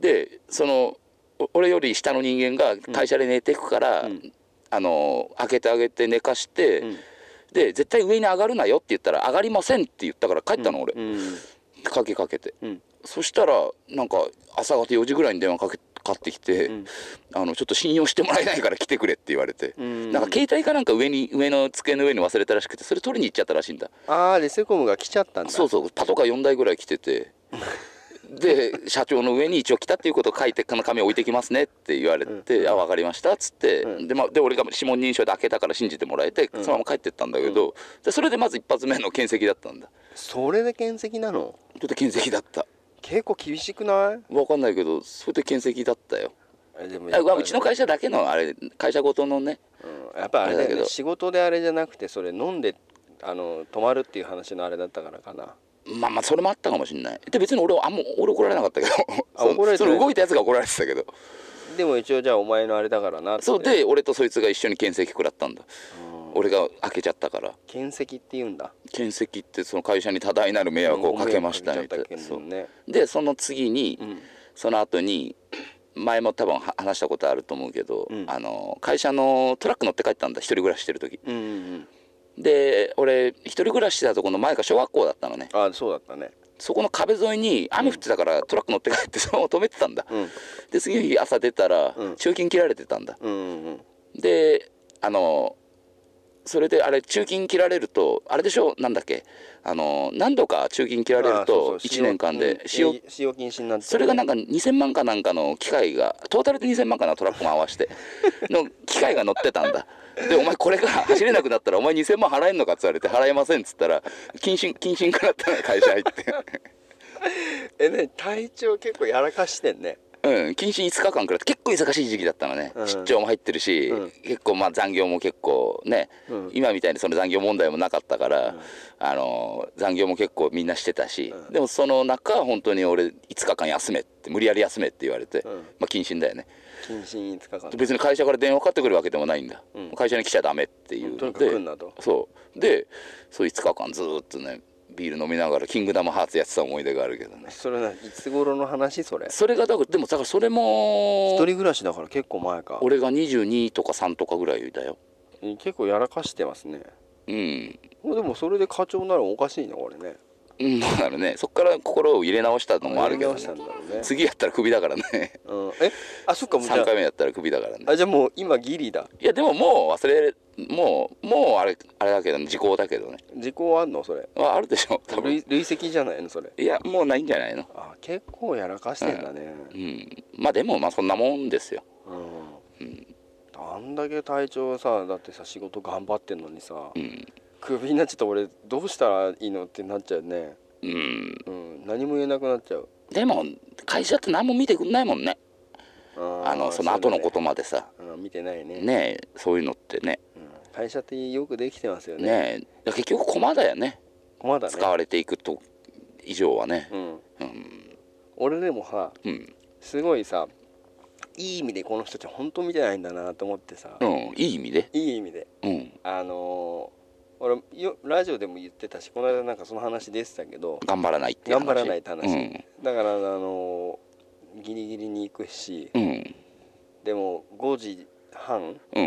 Speaker 3: でそのお俺より下の人間が会社で寝てくから、
Speaker 4: うん
Speaker 3: あの開けてあげて寝かして、
Speaker 4: うん
Speaker 3: で絶対上に上がるなよって言ったら上がりませんって言ったから帰ったの俺、
Speaker 4: うん
Speaker 3: 鍵かけて
Speaker 4: うん
Speaker 3: そしたらなんか朝方4時ぐらいに電話かけかかってきて、
Speaker 4: ん
Speaker 3: あのちょっと信用してもらえないから来てくれって言われて、
Speaker 4: うん
Speaker 3: なんか携帯かなんか上に上の机の上に忘れたらしくてそれ取りに行っちゃったらしいんだ
Speaker 4: ああレセコムが来ちゃったんだ
Speaker 3: そうそうパトカー4台ぐらい来て てで社長の上に一応来たっていうことを書いてこの紙置いてきますねって言われて「あ分かりました」っつって、
Speaker 4: うん
Speaker 3: でまあ、で俺が指紋認証で開けたから信じてもらえて、そのまま帰ってったんだけど、でそれでまず一発目の検責だったんだ
Speaker 4: それで検石なの
Speaker 3: ちょっと検責だった
Speaker 4: 結構厳しくない
Speaker 3: 分かんないけどそれで検責だったよ
Speaker 4: えでも
Speaker 3: あ
Speaker 4: やっぱ
Speaker 3: うちの会社だけのあれ会社ごとのね
Speaker 4: うんやっぱあれだ
Speaker 3: あれだ
Speaker 4: よ
Speaker 3: けど
Speaker 4: ね仕事であれじゃなくてそれ飲んであの泊まるっていう話のあれだったからかな
Speaker 3: まあまあそれもあったかもしれないで別に俺はあんま俺怒られなかったけど
Speaker 4: あ
Speaker 3: その
Speaker 4: 怒られ
Speaker 3: そ
Speaker 4: てない
Speaker 3: の動いたやつが怒られてたけど
Speaker 4: でも一応じゃあお前のあれだからなって
Speaker 3: そうで俺とそいつが一緒に検責食らったんだ俺が開けちゃったから
Speaker 4: 検石って言うんだ
Speaker 3: 検責ってその会社に多大なる迷惑をかけましたみたいな
Speaker 4: ご迷惑かけちゃ
Speaker 3: そ
Speaker 4: ったけど
Speaker 3: う
Speaker 4: ね
Speaker 3: でその次に、
Speaker 4: ん
Speaker 3: その後に前も多分は話したことあると思うけど、
Speaker 4: うん
Speaker 3: あの会社のトラック乗って帰ったんだ一人暮らししてる時
Speaker 4: うんうん
Speaker 3: で俺一人暮らししてたとこの前が小学校だったのね
Speaker 4: うんあそうだったね
Speaker 3: そこの壁沿いに雨降ってたからトラック乗って帰ってそのまま止めてたんだ、
Speaker 4: うん
Speaker 3: で次の日朝出たら
Speaker 4: うん
Speaker 3: 中金切られてたんだ、
Speaker 4: うんうん
Speaker 3: であのそれであれ中金切られるとあれでしょなんだっけあの何度か中金切られると1年間で
Speaker 4: 使
Speaker 3: 使
Speaker 4: 用
Speaker 3: 用
Speaker 4: 使用禁止になって
Speaker 3: それがなん
Speaker 4: か
Speaker 3: か2000万かなんかの機械がトータルで2000万かなトラックも合わせての機械が乗ってたんだでお前これが走れなくなったらお前2000万払えんのかっつ言われて払えませんっつったら謹慎謹慎からったの会社入って。
Speaker 4: えね体調結構やらかしてんね
Speaker 3: うん、謹慎5日間くらいって結構忙しい時期だったのね、
Speaker 4: うん
Speaker 3: 出張も入ってるし、
Speaker 4: うん
Speaker 3: 結構まあ残業も結構ね、
Speaker 4: うん
Speaker 3: 今みたいにその残業問題もなかったから、あのー残業も結構みんなしてたし、
Speaker 4: うん
Speaker 3: でもその中本当に俺5日間休めって無理やり休めって言われて、
Speaker 4: うん
Speaker 3: まあ謹慎だよね
Speaker 4: 禁止5日間
Speaker 3: 別に会社から電話かかってくるわけでもないんだ、
Speaker 4: うん
Speaker 3: 会社に来ちゃダメっていう
Speaker 4: と
Speaker 3: の
Speaker 4: にかく
Speaker 3: で、
Speaker 4: 来んなと
Speaker 3: そうでそう5日間ずーっとねビール飲みながら「キングダムハーツ」やってた思い出があるけどね
Speaker 4: それないつ頃の話それ
Speaker 3: それがだからでもだからそれ
Speaker 4: 一
Speaker 3: も
Speaker 4: 人暮らしだから結構前か
Speaker 3: 俺が22とか3とかぐらいだよ
Speaker 4: 結構やらかしてますね
Speaker 3: うん
Speaker 4: もうでもそれで課長になるのおかしいなこれね
Speaker 3: うんどうなるねそっから心を入れ直したのもあるけど、
Speaker 4: やり直したんだろうね
Speaker 3: 次やったらクビだからね
Speaker 4: うん、えあ そっかもうじゃ
Speaker 3: 3回目やったらクビだからね
Speaker 4: ああじゃあもう今ギリだ
Speaker 3: いやでももう忘れもうもうあれあれだけどね時効だけどね
Speaker 4: 時効あんのそれ
Speaker 3: まああるでしょ多分
Speaker 4: 累累積じゃないのそれ
Speaker 3: いやもうないんじゃないの
Speaker 4: あ結構やらかしてんだね
Speaker 3: うんまあでもまあそんなもんですよ
Speaker 4: うん、あんだけ体調さだってさ仕事頑張ってんのにさ、
Speaker 3: うん
Speaker 4: クビになっちゃった俺どうしたらいいのってなっちゃうね
Speaker 3: うん
Speaker 4: うん何も言えなくなっちゃう
Speaker 3: でも会社って何も見てくんないもんね
Speaker 4: あ
Speaker 3: あのその後のことまでさ
Speaker 4: と、うん見てないね
Speaker 3: ねえそういうのってね
Speaker 4: うん会社ってよくできてますよね
Speaker 3: ねえだから結局駒だよね
Speaker 4: まだね
Speaker 3: 使われていくと以上はね
Speaker 4: うん、
Speaker 3: うん
Speaker 4: 俺でもさ
Speaker 3: うん、
Speaker 4: すごいさいい意味でこの人たち本当見てないんだなと思ってさ、
Speaker 3: うん、いい意味で
Speaker 4: いい意味で
Speaker 3: うん
Speaker 4: あのー俺よラジオでも言ってたしこの間なんかその話でしたけど
Speaker 3: 頑張らないっていう話
Speaker 4: 頑張らないって話、
Speaker 3: うん
Speaker 4: だからあのーギリギリに行くし、
Speaker 3: うん
Speaker 4: でも5時半
Speaker 3: う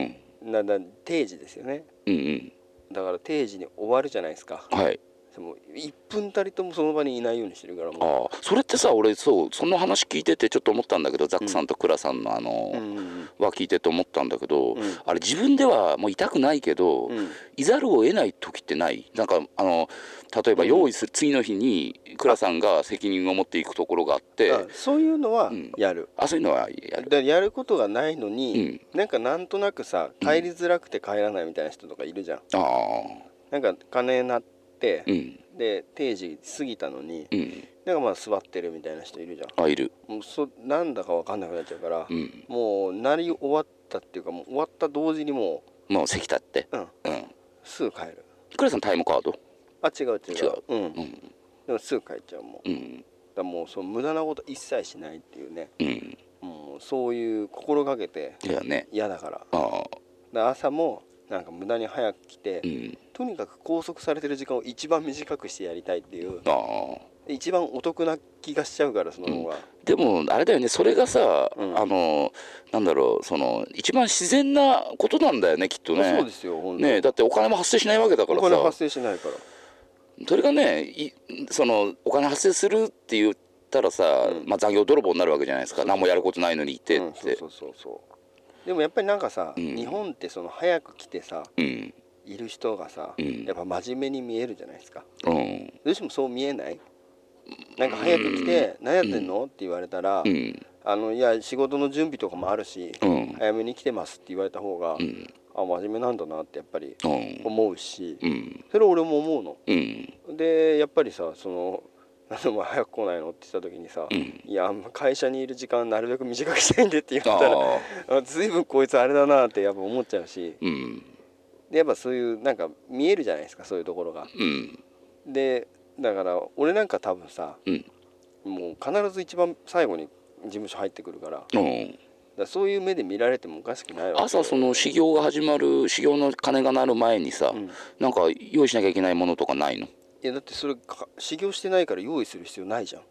Speaker 3: ん
Speaker 4: なだ定時ですよね
Speaker 3: うんうん
Speaker 4: だから定時に終わるじゃないですか
Speaker 3: はい
Speaker 4: でも1分たりともその場にいないようにしてるからも
Speaker 3: ああそれってさ俺そうその話聞いててちょっと思ったんだけどザックさんとクラさんのあの、
Speaker 4: う、うんうん
Speaker 3: は聞いてて思ったんだけど、
Speaker 4: うん
Speaker 3: あれ自分ではもう痛くないけど、
Speaker 4: うん
Speaker 3: いざるを得ない時ってないなんかあの例えば用意する、次の日に倉さんが責任を持っていくところがあって
Speaker 4: だからそういうのは
Speaker 3: うん
Speaker 4: やる、
Speaker 3: あそういうのはや
Speaker 4: だ
Speaker 3: る
Speaker 4: からやることがないのに、なんかなんとなくさ帰りづらくて帰らないみたいな人とかいるじゃん
Speaker 3: ああ
Speaker 4: なんか金鳴って、
Speaker 3: うん
Speaker 4: で定時過ぎたのに
Speaker 3: うん
Speaker 4: なんかまあ座ってるみたいな人いるじゃん
Speaker 3: あいる
Speaker 4: もうそなんだか分かんなくなっちゃうから、
Speaker 3: うん
Speaker 4: もうなり終わったっていうかもう終わった同時にも
Speaker 3: もう席立って
Speaker 4: う、うん、
Speaker 3: うん
Speaker 4: すぐ帰る
Speaker 3: 倉さんタイムカード
Speaker 4: あ違う違う、
Speaker 3: 違うんう
Speaker 4: で
Speaker 3: ん
Speaker 4: もすぐ帰っちゃうもんだか
Speaker 3: うん
Speaker 4: らもうその無駄なこと一切しないっていうね
Speaker 3: うん
Speaker 4: もうそういう心がけて
Speaker 3: だよね
Speaker 4: 嫌だからだか
Speaker 3: ああ
Speaker 4: ら朝もなんか無駄に早く来て、
Speaker 3: うん
Speaker 4: とにかく拘束されてる時間を一番短くしてやりたいっていう
Speaker 3: ああ
Speaker 4: で一番お得な気がしちゃうからその方が、
Speaker 3: でもあれだよねそれがさ、
Speaker 4: うん
Speaker 3: あのなんだろうその一番自然なことなんだよねきっとね
Speaker 4: そうですよ本当
Speaker 3: ねえだってお金も発生しないわけだか
Speaker 4: お
Speaker 3: ら
Speaker 4: 金発
Speaker 3: さ
Speaker 4: 生しないから
Speaker 3: それがねいそのお金発生するって言ったらさ、
Speaker 4: うん
Speaker 3: まあ、残業泥棒になるわけじゃないですか何もやることないのにいて
Speaker 4: うん
Speaker 3: っ
Speaker 4: そう
Speaker 3: て
Speaker 4: そうそうそうでもやっぱりなんかさ、
Speaker 3: うん
Speaker 4: 日本ってその早く来てさ
Speaker 3: うん
Speaker 4: いる人がさ、
Speaker 3: うん
Speaker 4: やっぱ真面目に見えるじゃないですか
Speaker 3: うん
Speaker 4: どうしてもそう見えないなんか早く来て「何やってんの?」って言われたら
Speaker 3: う
Speaker 4: 「
Speaker 3: ん
Speaker 4: あのいや仕事の準備とかもあるし、
Speaker 3: うん
Speaker 4: 早めに来てます」って言われた方が、
Speaker 3: うん
Speaker 4: あ真面目なんだなってやっぱり
Speaker 3: うん
Speaker 4: 思うし、
Speaker 3: うん
Speaker 4: それ俺も思うの。
Speaker 3: うん
Speaker 4: でやっぱりさそのなんでお前早く来ないのって言った時にさ「
Speaker 3: ん
Speaker 4: いや会社にいる時間なるべく短くしたいんで」って言っ
Speaker 3: あ
Speaker 4: たら
Speaker 3: あ
Speaker 4: あ随分こいつあれだなってやっぱ思っちゃうし
Speaker 3: うん
Speaker 4: でやっぱそういうなんか見えるじゃないですかそういうところが。
Speaker 3: うん
Speaker 4: でだから俺なんか多分さ
Speaker 3: うん
Speaker 4: もう必ず一番最後に事務所入ってくるからだか
Speaker 3: うん
Speaker 4: らそういう目で見られてもおかしくないわけよ
Speaker 3: 朝その修行が始まる修行の鐘が鳴る前にさ、
Speaker 4: ん
Speaker 3: なんか用意しなきゃいけないものとかないの
Speaker 4: いやだってそれか修行してないから用意する必要ないじゃん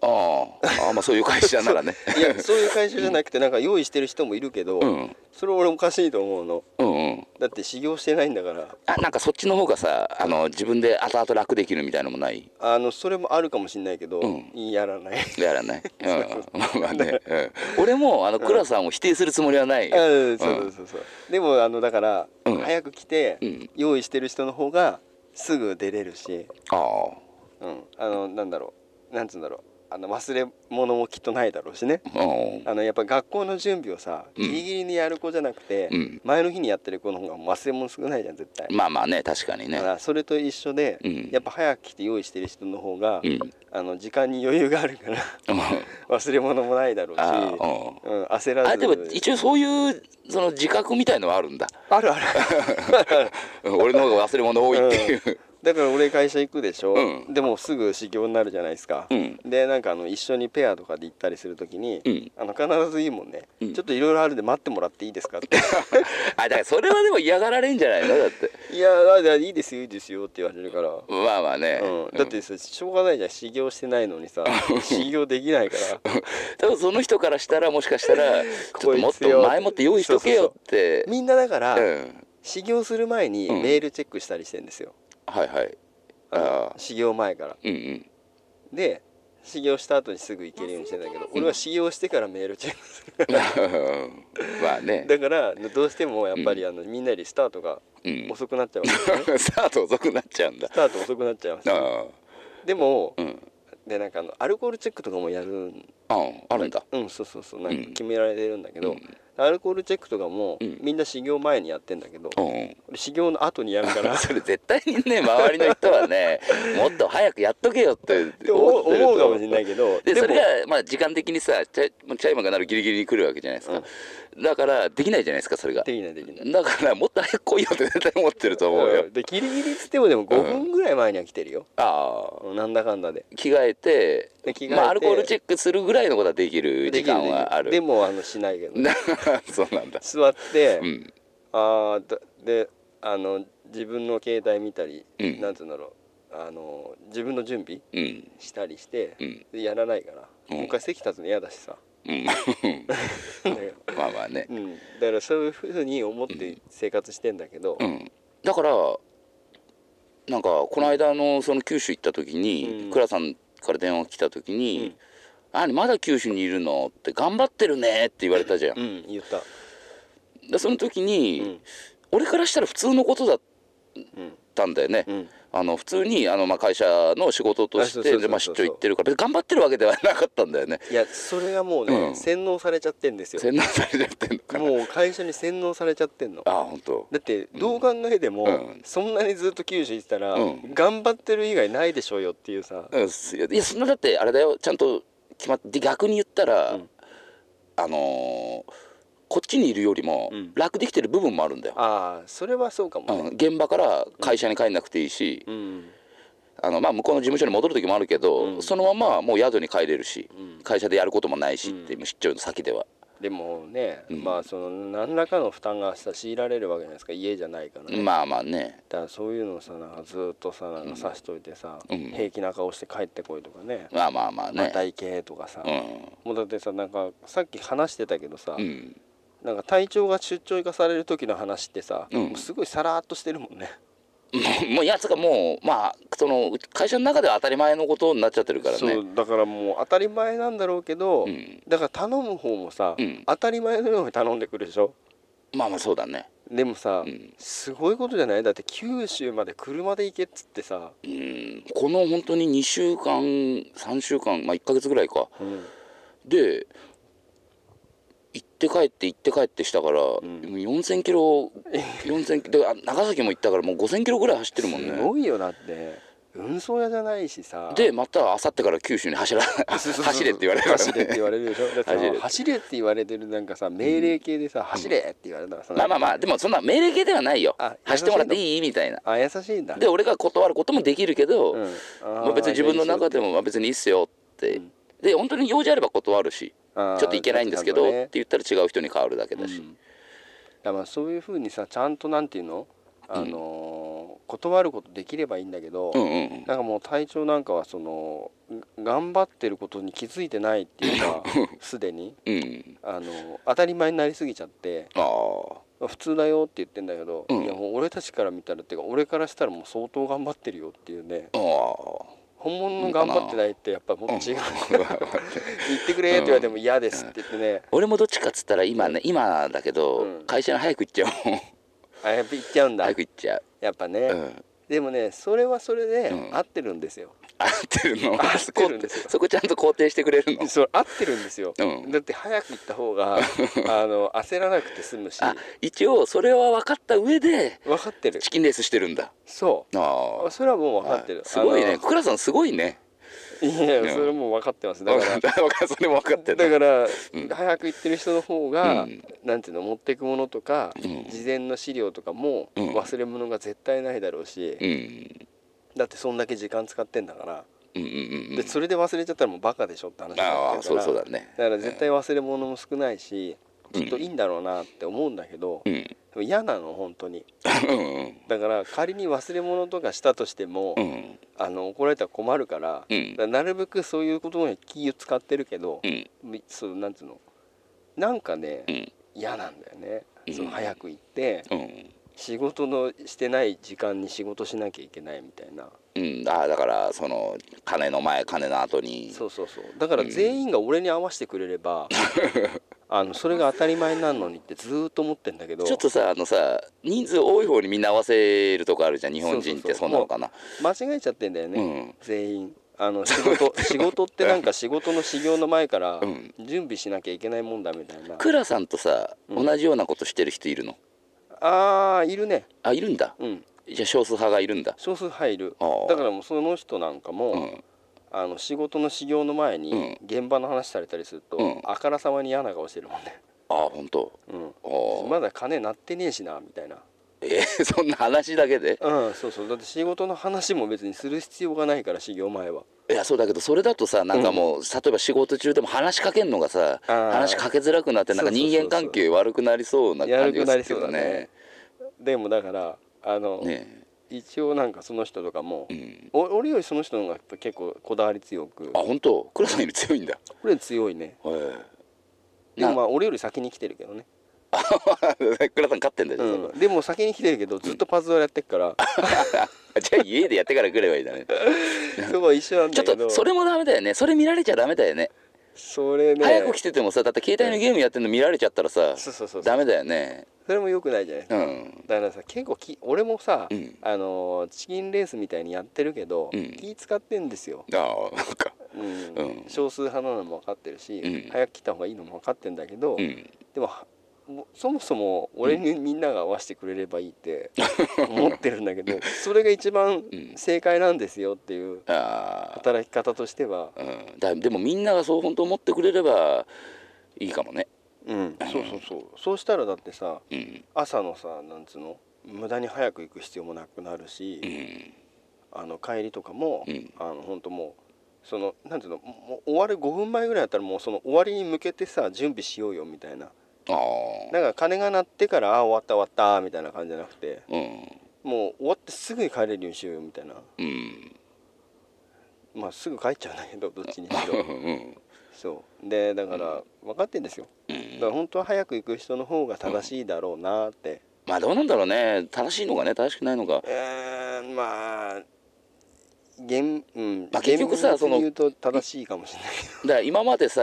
Speaker 3: ああああまあそういう会社ならね
Speaker 4: いやそういう会社じゃなくてなんか用意してる人もいるけど、
Speaker 3: うん
Speaker 4: それ俺おかしいと思うの
Speaker 3: うんうん
Speaker 4: だって修行してないんだから
Speaker 3: あなんかそっちの方がさあの自分で後々楽できるみたいのもない
Speaker 4: あのそれもあるかもしれないけど、
Speaker 3: うん
Speaker 4: やらない
Speaker 3: やらない、うん、まあまあね、うん、俺もあの倉さんを否定するつもりはないよ
Speaker 4: うんそうそうそうそうでもあのだから、
Speaker 3: うん
Speaker 4: 早く来て、
Speaker 3: うん
Speaker 4: 用意してる人の方がすぐ出れるし、
Speaker 3: ああ
Speaker 4: うん、あのなんだろうなんつうんだろうあの忘れ物もきっとないだろうしね
Speaker 3: うん
Speaker 4: あのやっぱ学校の準備をさギリギリにやる子じゃなくて、
Speaker 3: うん
Speaker 4: 前の日にやってる子の方が忘れ物少ないじゃん絶対、
Speaker 3: まあまあね確かにね
Speaker 4: だからそれと一緒で、
Speaker 3: うん
Speaker 4: やっぱ早く来て用意してる人の方が、
Speaker 3: うん
Speaker 4: あの時間に余裕があるから
Speaker 3: うん
Speaker 4: 忘れ物もないだろうし、
Speaker 3: あー
Speaker 4: うん、焦らず
Speaker 3: あでも一応そういうその自覚みたいのはあるんだ
Speaker 4: あるある
Speaker 3: うん俺の方が忘れ物多いっていう、
Speaker 4: うんだから俺会社行くでしょ、
Speaker 3: うん
Speaker 4: でもすぐ修行になるじゃないですか、
Speaker 3: うん
Speaker 4: でなんかあの一緒にペアとかで行ったりするときに、
Speaker 3: うん
Speaker 4: あの必ずいいもんね、
Speaker 3: うん
Speaker 4: ちょっといろいろあるんで待ってもらっていいですかって
Speaker 3: あだからそれはでも嫌がられんじゃないのだって
Speaker 4: いやだだいいですよいいですよって言われるから、
Speaker 3: まあまあね、
Speaker 4: うん、だってさしょうがないじゃん修行してないの にさ修行できないから
Speaker 3: 多分その人からしたらもしかした らちょっともっ
Speaker 4: こいつよ
Speaker 3: と前もって用意しとけよって
Speaker 4: みんなだから、
Speaker 3: うん
Speaker 4: 修行する前に
Speaker 3: うん
Speaker 4: メールチェックしたりしてんですよ、
Speaker 3: はいはい
Speaker 4: あの
Speaker 3: あ
Speaker 4: 修行前から
Speaker 3: うんうん
Speaker 4: で修行した後にすぐ行けるようにしてんだけど、俺は修行してからメールチェックする
Speaker 3: まあね
Speaker 4: だからどうしてもやっぱりあの、みんなよりスタートが
Speaker 3: うん
Speaker 4: 遅くな っちゃうわけです
Speaker 3: ス
Speaker 4: ね
Speaker 3: タート遅くなっちゃうんだ
Speaker 4: スタート遅くなっちゃいます
Speaker 3: ああ
Speaker 4: でも、
Speaker 3: うん
Speaker 4: でなんかあのアルコールチェックとかもやるん
Speaker 3: ああるんだ
Speaker 4: うんそうそうそうなん
Speaker 3: う
Speaker 4: か
Speaker 3: ん
Speaker 4: 決められてるんだけど、
Speaker 3: うん
Speaker 4: アルコールチェックとかも、
Speaker 3: うん
Speaker 4: みんな修行前にやってんだけど、
Speaker 3: うん
Speaker 4: 俺修行の後にやるか ら
Speaker 3: それ絶対にね周りの人はねもっと早くやっとけよって
Speaker 4: って思
Speaker 3: って
Speaker 4: う
Speaker 3: ると
Speaker 4: 思うかもしれないけど
Speaker 3: で
Speaker 4: で
Speaker 3: そ
Speaker 4: も
Speaker 3: れがまあ時間的にさチャイチャイムが鳴るギリギリに来るわけじゃないですか、だからできないじゃないですかそれが
Speaker 4: できないできない。
Speaker 3: だからもっと早く来いよって絶対思ってると思うよ、
Speaker 4: うんでギリギリっつってもでも5分ぐらい前には来てるよ、
Speaker 3: ああ
Speaker 4: うんなんだかんだで
Speaker 3: 着替えて
Speaker 4: で着替えて
Speaker 3: まあ、アルコールチェックするぐらいのことはできる時間はある
Speaker 4: できできでもあのしないけど
Speaker 3: そうなんだ
Speaker 4: 座って、
Speaker 3: うん
Speaker 4: あーだであの自分の携帯見たり、
Speaker 3: うん
Speaker 4: なんつうんだろうあの自分の準備
Speaker 3: うん
Speaker 4: したりして、
Speaker 3: うん
Speaker 4: でやらないから、
Speaker 3: うん
Speaker 4: もう一回席立つの嫌だしさ、
Speaker 3: うん
Speaker 4: だから
Speaker 3: まあまあね
Speaker 4: うん、だからそういうふうに思って生活してんだけど、
Speaker 3: うんだからなんかこの間のその九州行った時
Speaker 4: う
Speaker 3: に
Speaker 4: ん
Speaker 3: 倉さんから電話来た時
Speaker 4: う
Speaker 3: に
Speaker 4: ん
Speaker 3: 「あまだ九州にいるの?」って「頑張ってるね」って言われたじゃん
Speaker 4: う、ん言った、
Speaker 3: でその時
Speaker 4: う
Speaker 3: に、
Speaker 4: ん
Speaker 3: 俺からしたら普通のことだっ
Speaker 4: うん
Speaker 3: たんだよね、
Speaker 4: うん、
Speaker 3: あの普通にあのまあ会社の仕事と
Speaker 4: あそう
Speaker 3: し
Speaker 4: そうそ
Speaker 3: て
Speaker 4: うそう
Speaker 3: でまあ出張行ってるから別に頑張ってるわけではなかったんだよね
Speaker 4: いやそれがもうね、
Speaker 3: うん
Speaker 4: 洗脳されちゃってんですよ
Speaker 3: 洗脳されちゃってんのかな
Speaker 4: もう会社に洗脳されちゃってんの
Speaker 3: あ
Speaker 4: だ
Speaker 3: 本当
Speaker 4: ってどう考えても、
Speaker 3: うん
Speaker 4: そんなにずっと九州行ってたら、
Speaker 3: うん
Speaker 4: 頑張ってる以外ないでしょうよっていうさ、
Speaker 3: うんすいやいやそんなだってあれだよちゃんと決まって逆に言ったら、
Speaker 4: うん
Speaker 3: あのーこっちにいるよりも
Speaker 4: うん
Speaker 3: 楽できてる部分もあるんだよ、
Speaker 4: ああそれはそうかも
Speaker 3: うん
Speaker 4: ね、
Speaker 3: 現場から会社に帰んなくていいし、
Speaker 4: うん
Speaker 3: あのまあ、向こうの事務所に戻る時もあるけど、
Speaker 4: うん
Speaker 3: そのままもう宿に帰れるし、
Speaker 4: うん
Speaker 3: 会社でやることもないしって、
Speaker 4: う
Speaker 3: 出張の先では、
Speaker 4: でもね、
Speaker 3: うん
Speaker 4: まあその何らかの負担がさ強いられるわけじゃないですか家じゃないからね、
Speaker 3: まあまあね
Speaker 4: だからそういうのをさなんかずっとさなんかさしといてさ、
Speaker 3: うん
Speaker 4: 平気な顔して帰ってこいとかね、
Speaker 3: まあまあまあ
Speaker 4: ま
Speaker 3: ね、
Speaker 4: た行けとかさ、
Speaker 3: う
Speaker 4: もうだってさなんかさっき話してたけどさ、
Speaker 3: んうん
Speaker 4: なんか体調が出張行かされる時の話ってさ、
Speaker 3: うん
Speaker 4: もうすごいさらーっとしてるもんね
Speaker 3: もうやつがもうまあその会社の中では当たり前のことになっちゃってるから
Speaker 4: そ
Speaker 3: ね
Speaker 4: うだからもう当たり前なんだろうけど、
Speaker 3: うん
Speaker 4: だから頼む方もさ、
Speaker 3: うん
Speaker 4: 当たり前のように頼んでくるでしょ
Speaker 3: まあまあそうだね
Speaker 4: でもさ、
Speaker 3: ん
Speaker 4: すごいことじゃないだって九州まで車で行けっつってさ、
Speaker 3: うんこの本当に2週間3週間まあ1ヶ月ぐらいか
Speaker 4: うん
Speaker 3: で行って帰って行って帰ってしたから、
Speaker 4: ん
Speaker 3: 4000キロ4000キロであ長崎も行ったからもう5000キロぐらい走ってるもん
Speaker 4: す
Speaker 3: ね
Speaker 4: ごいよだって運送屋じゃないしさ
Speaker 3: でまた明後日から九州に走ら
Speaker 4: そうそうそう
Speaker 3: 走れって言われるから
Speaker 4: 走れって言われるでしょだって
Speaker 3: 走れ
Speaker 4: さ走れって言われてるなんかさ命令系でさ、走れって言われたらさ
Speaker 3: まあまあまあでもそんな命令系ではないよ
Speaker 4: あ
Speaker 3: 走ってもらっていいみたいな
Speaker 4: あ優しいんだ
Speaker 3: で俺が断ることもできるけど、
Speaker 4: うん
Speaker 3: まあ、別に自分の中でもまあ別にいいっすよって、
Speaker 4: うん
Speaker 3: で本当に用事あれば断るし
Speaker 4: ち
Speaker 3: ちょ
Speaker 4: ょ
Speaker 3: っといけないんですけどって言ったら違う人に変わるだけだし、
Speaker 4: うんだからそういうふうにさちゃんとなんていうの、あのー断ることできればいいんだけど、
Speaker 3: うんうんうん
Speaker 4: なんかもう体調なんかはそのが頑張ってることに気づいてないっていうかすでに、
Speaker 3: うん
Speaker 4: あのー当たり前になりすぎちゃって
Speaker 3: ああ
Speaker 4: 普通だよって言ってんだけど、
Speaker 3: うん
Speaker 4: いやもう俺たちから見たらっていうか俺からしたらもう相当頑張ってるよっていうね
Speaker 3: ああ
Speaker 4: 本物の頑張ってないってやっぱもっと違う、
Speaker 3: うん
Speaker 4: 言ってくれって言われても嫌ですって言ってね、
Speaker 3: 俺もどっちかっつったら今ね今だけど、
Speaker 4: うん
Speaker 3: 会社に早く行っちゃうもん
Speaker 4: あやっぱ言っちゃうんだ
Speaker 3: 早く行っちゃう、
Speaker 4: やっぱね、
Speaker 3: うん、
Speaker 4: でもねそれはそれで
Speaker 3: うん
Speaker 4: 合ってるんですよ、
Speaker 3: 合ってる の
Speaker 4: 合ってるんですよ
Speaker 3: そこちゃんと肯定してくれるの
Speaker 4: それ合ってるんですよ、
Speaker 3: うん
Speaker 4: だって早く行った 方があの焦らなくて済むし
Speaker 3: あ一応それは分かった上で
Speaker 4: 分かってる
Speaker 3: チキンレースしてるんだ
Speaker 4: そ
Speaker 3: あ
Speaker 4: う
Speaker 3: あ
Speaker 4: それはもう分かってる、
Speaker 3: はいすごいね
Speaker 4: あの
Speaker 3: クラさんすごいね
Speaker 4: いやい
Speaker 3: うん
Speaker 4: やそれはもう分かってますだ
Speaker 3: 分
Speaker 4: か
Speaker 3: かっ
Speaker 4: ら
Speaker 3: た 分かったそれも分かってる
Speaker 4: だから、
Speaker 3: ん
Speaker 4: 早く行ってる人の方が、
Speaker 3: うん
Speaker 4: なんていうの持ってくものとか、
Speaker 3: うん
Speaker 4: 事前の資料とかも
Speaker 3: うん
Speaker 4: 忘れ物が絶対ないだろうし、
Speaker 3: うん
Speaker 4: だってそんだけ時間使ってんだから、
Speaker 3: うんうんうんう
Speaker 4: で
Speaker 3: ん
Speaker 4: それで忘れちゃったらもうバカでしょって話になってるか
Speaker 3: あ
Speaker 4: ら
Speaker 3: あそうそうだね
Speaker 4: だから絶対忘れ物も少ないし、
Speaker 3: うん
Speaker 4: きっといいんだろうなって思うんだけど、
Speaker 3: う
Speaker 4: で
Speaker 3: ん
Speaker 4: も嫌なの本当に
Speaker 3: うん
Speaker 4: だから仮に忘れ物とかしたとしても、
Speaker 3: うん
Speaker 4: あの怒られたら困るから,、
Speaker 3: うん
Speaker 4: なるべくそういうことに気を使ってるけど
Speaker 3: う、ん
Speaker 4: そうなんつうのなんかね、
Speaker 3: うん
Speaker 4: 嫌なんだよね、
Speaker 3: うん
Speaker 4: その早く行って
Speaker 3: うん
Speaker 4: 仕事のしてない時間に仕事しなきゃいけないみたいな、
Speaker 3: うん、ああだからその金の前金の後に
Speaker 4: そうそうそうだから全員が俺に合わせてくれ れば、あのそれが当たり前なのにってずーっと思ってんだけど
Speaker 3: ちょっとさあのさ人数多い方にみんな合わせるとこあるじゃん日本人っ
Speaker 4: そうそう
Speaker 3: て
Speaker 4: そ
Speaker 3: そ
Speaker 4: う
Speaker 3: んなのかな
Speaker 4: 間違えちゃってんだよね、
Speaker 3: うん
Speaker 4: 全員あの仕事仕事ってなんか仕事の修行の前から
Speaker 3: うん
Speaker 4: 準備しなきゃいけないもんだみたいな、
Speaker 3: クラさんとさ、
Speaker 4: うん
Speaker 3: 同じようなことしてる人いるの
Speaker 4: あーいるね
Speaker 3: あいるんだ
Speaker 4: うん
Speaker 3: じゃあ少数派がいるんだ
Speaker 4: 少数入る
Speaker 3: あー
Speaker 4: だからもうその人なんかも、
Speaker 3: うん
Speaker 4: あの仕事の修行の前に現場の話されたりすると、
Speaker 3: うん
Speaker 4: あからさまに嫌な顔してるもんね、
Speaker 3: ああ本当
Speaker 4: うん
Speaker 3: あー
Speaker 4: まだ金鳴ってねえしなみたいな
Speaker 3: えーそんな話だけで
Speaker 4: うんそうそうだって仕事の話も別にする必要がないから修行前はい
Speaker 3: やそうだけどそれだとさなんかもう、例えば仕事中でも話しかけんのがさ
Speaker 4: あー
Speaker 3: 話しかけづらくなってなんか
Speaker 4: そうそうそう
Speaker 3: 人
Speaker 4: そう
Speaker 3: 間関係悪くなりそうな
Speaker 4: や
Speaker 3: 感
Speaker 4: る
Speaker 3: じが
Speaker 4: く
Speaker 3: す
Speaker 4: な
Speaker 3: る
Speaker 4: り
Speaker 3: け
Speaker 4: そうだ
Speaker 3: ど
Speaker 4: ね
Speaker 3: ね
Speaker 4: でもだからあの、
Speaker 3: ね
Speaker 4: 一応なんかその人とかも、
Speaker 3: うん
Speaker 4: お俺よりその人の方がやっぱ結構こだわり強く
Speaker 3: あ本当クラさんより強いんだ
Speaker 4: これ強いね
Speaker 3: へえ
Speaker 4: でも
Speaker 3: な
Speaker 4: まあ俺より先に来てるけどね、
Speaker 3: クラさん勝ってんだよ、
Speaker 4: う
Speaker 3: それ
Speaker 4: ん、でも先に来てるけどずっとパズドラやって っから、
Speaker 3: じゃあ家でやってから来ればいいだね
Speaker 4: そこは一緒なん
Speaker 3: ちょ
Speaker 4: だ
Speaker 3: っ
Speaker 4: けど
Speaker 3: とそれもダメだよねそれ見られちゃダメだよね
Speaker 4: それね
Speaker 3: 早く来ててもさだって携帯のゲームやってんの見られちゃったらさ
Speaker 4: そうそうそう
Speaker 3: ダメだよね
Speaker 4: それも良くないじゃない
Speaker 3: うん
Speaker 4: だからさ結構き俺もさ、
Speaker 3: うん
Speaker 4: あのーチキンレースみたいにやってるけど、
Speaker 3: うん
Speaker 4: 気使ってんですよ、
Speaker 3: ああなんか
Speaker 4: うん
Speaker 3: うん
Speaker 4: 少数派なのも分かってるし、
Speaker 3: うん
Speaker 4: 早く来た方がいいのも分かってんだけど、
Speaker 3: うん
Speaker 4: でもはもうそもそも俺にみんなが合わせてくれればいいって 思ってるんだけどそれが一番
Speaker 3: ん
Speaker 4: 正解なんですよっていう
Speaker 3: ああ
Speaker 4: 働き方としては、
Speaker 3: うんだでもみんながそう本当思ってくれればいいかもね
Speaker 4: うん、そうそうそうそうしたらだってさ
Speaker 3: うん
Speaker 4: 朝のさなんつうの無駄に早く行く必要もなくなるし、
Speaker 3: うん
Speaker 4: あの帰りとかも、
Speaker 3: うん
Speaker 4: あの本当もうそのなんていうのもう終わる5分前ぐらいだったらもうその終わりに向けてさ準備しようよみたいな
Speaker 3: ああ
Speaker 4: なんか鐘が鳴ってからあ終わった終わったみたいな感じじゃなくて
Speaker 3: うん
Speaker 4: もう終わってすぐに帰れるようにしようよみたいな
Speaker 3: うん
Speaker 4: まあすぐ帰っちゃうんだけどどっちにし
Speaker 3: う
Speaker 4: ろ
Speaker 3: ん
Speaker 4: そうでだから分かってんですよだから本当は早く行く人の方が正しいだろうなって、
Speaker 3: まあどうなんだろうね正しいのかね正しくないのか
Speaker 4: えーまあ厳うん、
Speaker 3: まあ結局さ
Speaker 4: 厳密に
Speaker 3: その
Speaker 4: 言うと正しいかもしれないけど
Speaker 3: だから今までさ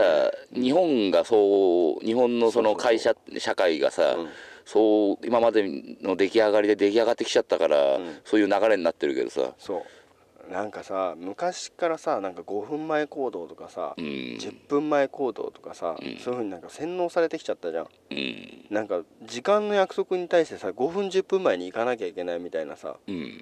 Speaker 3: 日本がそう日本のその会社社会がさ、
Speaker 4: うん
Speaker 3: そう今までの出来上がりで出来上がってきちゃったから、
Speaker 4: ん
Speaker 3: そういう流れになってるけどさ、
Speaker 4: そうなんかさ昔からさなんか5分前行動とかさ、
Speaker 3: うん
Speaker 4: 10分前行動とかさ、
Speaker 3: うん
Speaker 4: そういうふうになんか洗脳されてきちゃったじゃん
Speaker 3: うん
Speaker 4: なんか時間の約束に対してさ5分10分前に行かなきゃいけないみたいなさ
Speaker 3: うん、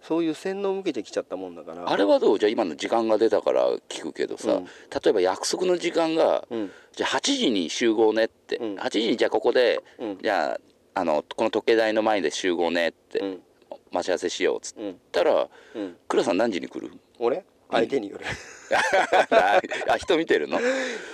Speaker 4: そういう洗脳を受けてきちゃったもんだから
Speaker 3: あれはどうじゃあ今の時間が出たから聞くけどさ、
Speaker 4: うん
Speaker 3: 例えば約束の時間が、
Speaker 4: うん
Speaker 3: じゃあ8時に集合ねって、
Speaker 4: うん
Speaker 3: 8時にじゃあここで、
Speaker 4: うん
Speaker 3: じゃああのこの時計台の前で集合ねって、
Speaker 4: うん
Speaker 3: 待ち合わせしようっつっ
Speaker 4: うん
Speaker 3: たら
Speaker 4: うん
Speaker 3: 「倉さん何時に来る?」
Speaker 4: 俺相手による
Speaker 3: あ人見てるの、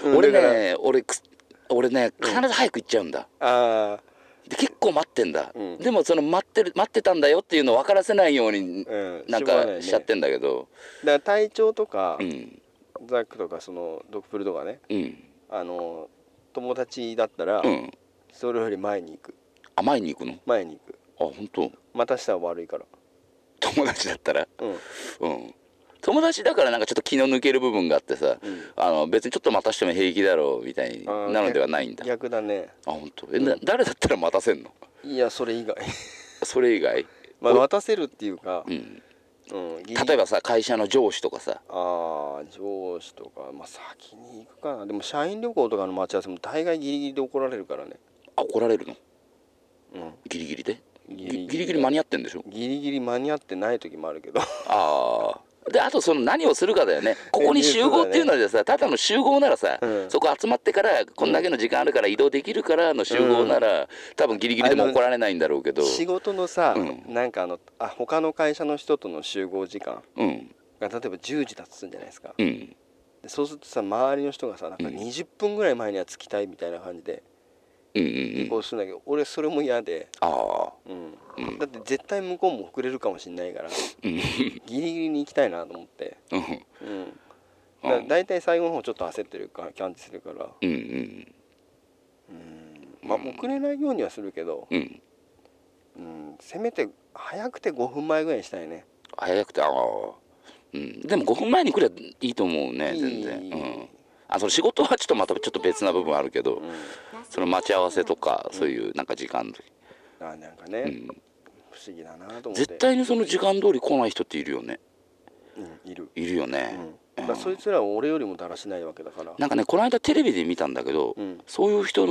Speaker 4: うん
Speaker 3: 俺
Speaker 4: だから
Speaker 3: ね俺くす俺ね必ず早く行っちゃうんだ、
Speaker 4: ああ
Speaker 3: で結構待ってんだ、
Speaker 4: うん
Speaker 3: でもその待ってる待ってたんだよっていうの分からせないように
Speaker 4: うん
Speaker 3: なん
Speaker 4: しょうがな
Speaker 3: か
Speaker 4: いね
Speaker 3: しちゃってんだけど、
Speaker 4: だから体調とか、
Speaker 3: うん
Speaker 4: ザックとかそのドクプルとかね
Speaker 3: うん
Speaker 4: あの友達だったら、
Speaker 3: うん
Speaker 4: それより前に行く
Speaker 3: あ前に行くの
Speaker 4: 前に行く
Speaker 3: あ本当
Speaker 4: またしたら悪いから
Speaker 3: 友達だったら
Speaker 4: うん
Speaker 3: うん友達だからなんかちょっと気の抜ける部分があってさ、
Speaker 4: うん
Speaker 3: あの別にちょっと待たしても平気だろうみたいに
Speaker 4: あー
Speaker 3: なのではないんだあ
Speaker 4: 逆逆だね
Speaker 3: 本当え、な誰だったら待たせんの
Speaker 4: いやそれ 以外
Speaker 3: それ以外、
Speaker 4: まあ渡せるっていうか
Speaker 3: う、ん、
Speaker 4: うん、ギリ
Speaker 3: 例えばさ会社の上司とかさ
Speaker 4: あー上司とか、まあ、先に行くかなでも社員旅行とかの待ち合わせも大概ギリギリで怒られるからね
Speaker 3: あ怒られるの
Speaker 4: うん
Speaker 3: ギリギリで
Speaker 4: ギ
Speaker 3: ギ
Speaker 4: リギリ
Speaker 3: リギリギリ間に合ってんでしょ
Speaker 4: ギリギリ間に合ってない時もあるけど
Speaker 3: ああであとその何をするかだよ ねここに集合っていうのはさただの集合ならさ、
Speaker 4: うん
Speaker 3: そこ集まってからこんだけの時間あるから移動できるからの集合なら、多分ギリギリでも怒られないんだろうけど
Speaker 4: 仕事のさ、
Speaker 3: うん
Speaker 4: なんかあのあ他の会社の人との集合時間
Speaker 3: うん
Speaker 4: が例えば10時だとするんじゃないですか
Speaker 3: うん
Speaker 4: でそうするとさ周りの人がさなんか
Speaker 3: うん
Speaker 4: 20分ぐらい前には着きたいみたいな感じで
Speaker 3: うんうんうん
Speaker 4: こうするんだけど、俺それも嫌で、
Speaker 3: ああ
Speaker 4: うん
Speaker 3: うん
Speaker 4: だって絶対向こうも遅れるかもしれないから
Speaker 3: うん
Speaker 4: ギリギリに行きたいなと思って、
Speaker 3: うん
Speaker 4: うん、だ
Speaker 3: うん
Speaker 4: だいたい最後の方ちょっと焦ってるからキャンチするから、
Speaker 3: うんうん
Speaker 4: まあ、遅れないようにはするけど、
Speaker 3: うん
Speaker 4: うん、せめて早くて5分前ぐらいにしたいね
Speaker 3: 早くてああうんでも5分前に来ればいいと思うね
Speaker 4: いい
Speaker 3: 全然うんあその仕事はちょっとまたちょっと別な部分あるけど、その待ち合わせとかそういうなんか時間の時、
Speaker 4: あなんかね、
Speaker 3: うん、
Speaker 4: 不思議だなと思って
Speaker 3: 絶対にその時間通り来ない人っているよね
Speaker 4: うんいる、
Speaker 3: いるよ
Speaker 4: う
Speaker 3: ね
Speaker 4: ん、
Speaker 3: う
Speaker 4: だ
Speaker 3: ん
Speaker 4: からそいつらは俺よりもだらしないわけだから
Speaker 3: なんかねこの間テレビで見たんだけど、
Speaker 4: うん
Speaker 3: そういう人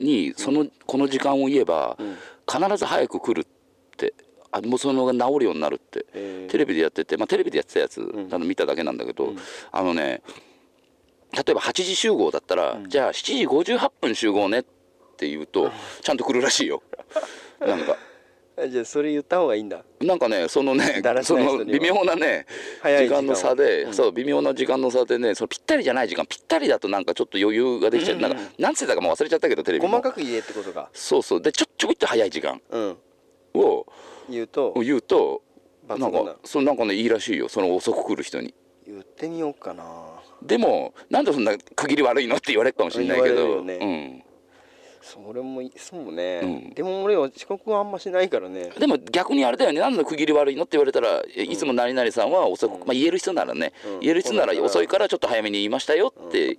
Speaker 3: にそのこの時間を言えば、
Speaker 4: うん
Speaker 3: 必ず早く来るってあもうそのが治るようになるって、
Speaker 4: えー
Speaker 3: テレビでやってて、まあ、テレビでやってたやつ、
Speaker 4: ん
Speaker 3: あの見ただけなんだけど、
Speaker 4: ん
Speaker 3: あのね例えば8時集合だったら、
Speaker 4: うん
Speaker 3: じゃあ7時58分集合ねって言うとちゃんと来るらしいよなんか
Speaker 4: あじゃあそれ言った方がいいんだ
Speaker 3: なんかねそのね
Speaker 4: だらし
Speaker 3: そ
Speaker 4: ない人には
Speaker 3: の微妙なね
Speaker 4: 早い
Speaker 3: 時
Speaker 4: 時間を
Speaker 3: 間の差で、
Speaker 4: うん
Speaker 3: そう微妙な時間の差でねそのぴったりじゃない時間ぴったりだとなんかちょっと余裕ができちゃう、なんか何世だかもう忘れちゃったけどテレビも
Speaker 4: 細かく言えってことか
Speaker 3: そうそうでちょちょびっと早い時間
Speaker 4: うん
Speaker 3: を
Speaker 4: 言うと
Speaker 3: 言うと
Speaker 4: 抜
Speaker 3: なん
Speaker 4: 群だ
Speaker 3: かそのなんかねいいらしいよその遅く来る人に。
Speaker 4: 言ってみようかな
Speaker 3: でもなんでそんな区切り悪いのって言われるかもしれないけ
Speaker 4: 言わ
Speaker 3: ど、
Speaker 4: れるよそれもいそうね、
Speaker 3: うん
Speaker 4: でも俺は遅刻はあんましないからね
Speaker 3: うん、でも逆にあれだよねなんで区切り悪いのって言われたらえいつも何々さんは遅く、
Speaker 4: うん
Speaker 3: まあ、言える人ならね、
Speaker 4: うん
Speaker 3: 言える人な
Speaker 4: そ
Speaker 3: ら
Speaker 4: うだから
Speaker 3: 遅いからちょっと早めに言いましたよって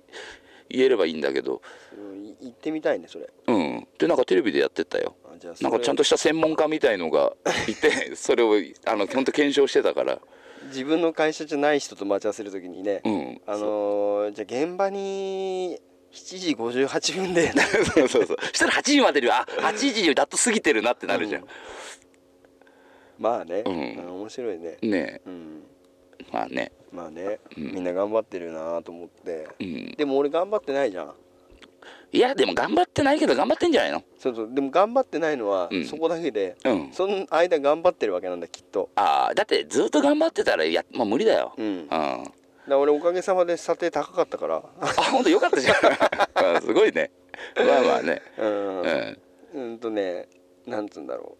Speaker 3: 言えればいいんだけど
Speaker 4: うんい言ってみたいねそれ
Speaker 3: うんでなんかテレビでやってたよ
Speaker 4: あじゃあそ
Speaker 3: な
Speaker 4: れ
Speaker 3: んかちゃんとした専門家みたいのがい て それをあの本当検証してたから
Speaker 4: 自分の会社じゃない人と待ち合わせるときにね、
Speaker 3: うん
Speaker 4: あのーじゃあ現場に7時58分で
Speaker 3: そうそうそうしたら8時までにはあ8時だと過ぎてるなってなるじゃん、
Speaker 4: まあね、
Speaker 3: うん
Speaker 4: あ面白いね
Speaker 3: ね
Speaker 4: うん
Speaker 3: えまあね
Speaker 4: まあね、みんな頑張ってるなと思って、
Speaker 3: うん
Speaker 4: でも俺頑張ってないじゃん
Speaker 3: いやでも頑張ってないけど頑張ってんじゃないの
Speaker 4: そうそうでも頑張ってないのは
Speaker 3: うん
Speaker 4: そこだけで、
Speaker 3: うん
Speaker 4: その間頑張ってるわけなんだきっと
Speaker 3: ああだってずっと頑張ってたらいやもう無理だよ、
Speaker 4: う
Speaker 3: うん
Speaker 4: んだか
Speaker 3: あ
Speaker 4: ら俺おかげさまで査定高かったから
Speaker 3: 本当よかった じゃんうんすごいねまあまあね
Speaker 4: うん、
Speaker 3: うんあ
Speaker 4: うんとねなんつうんだろ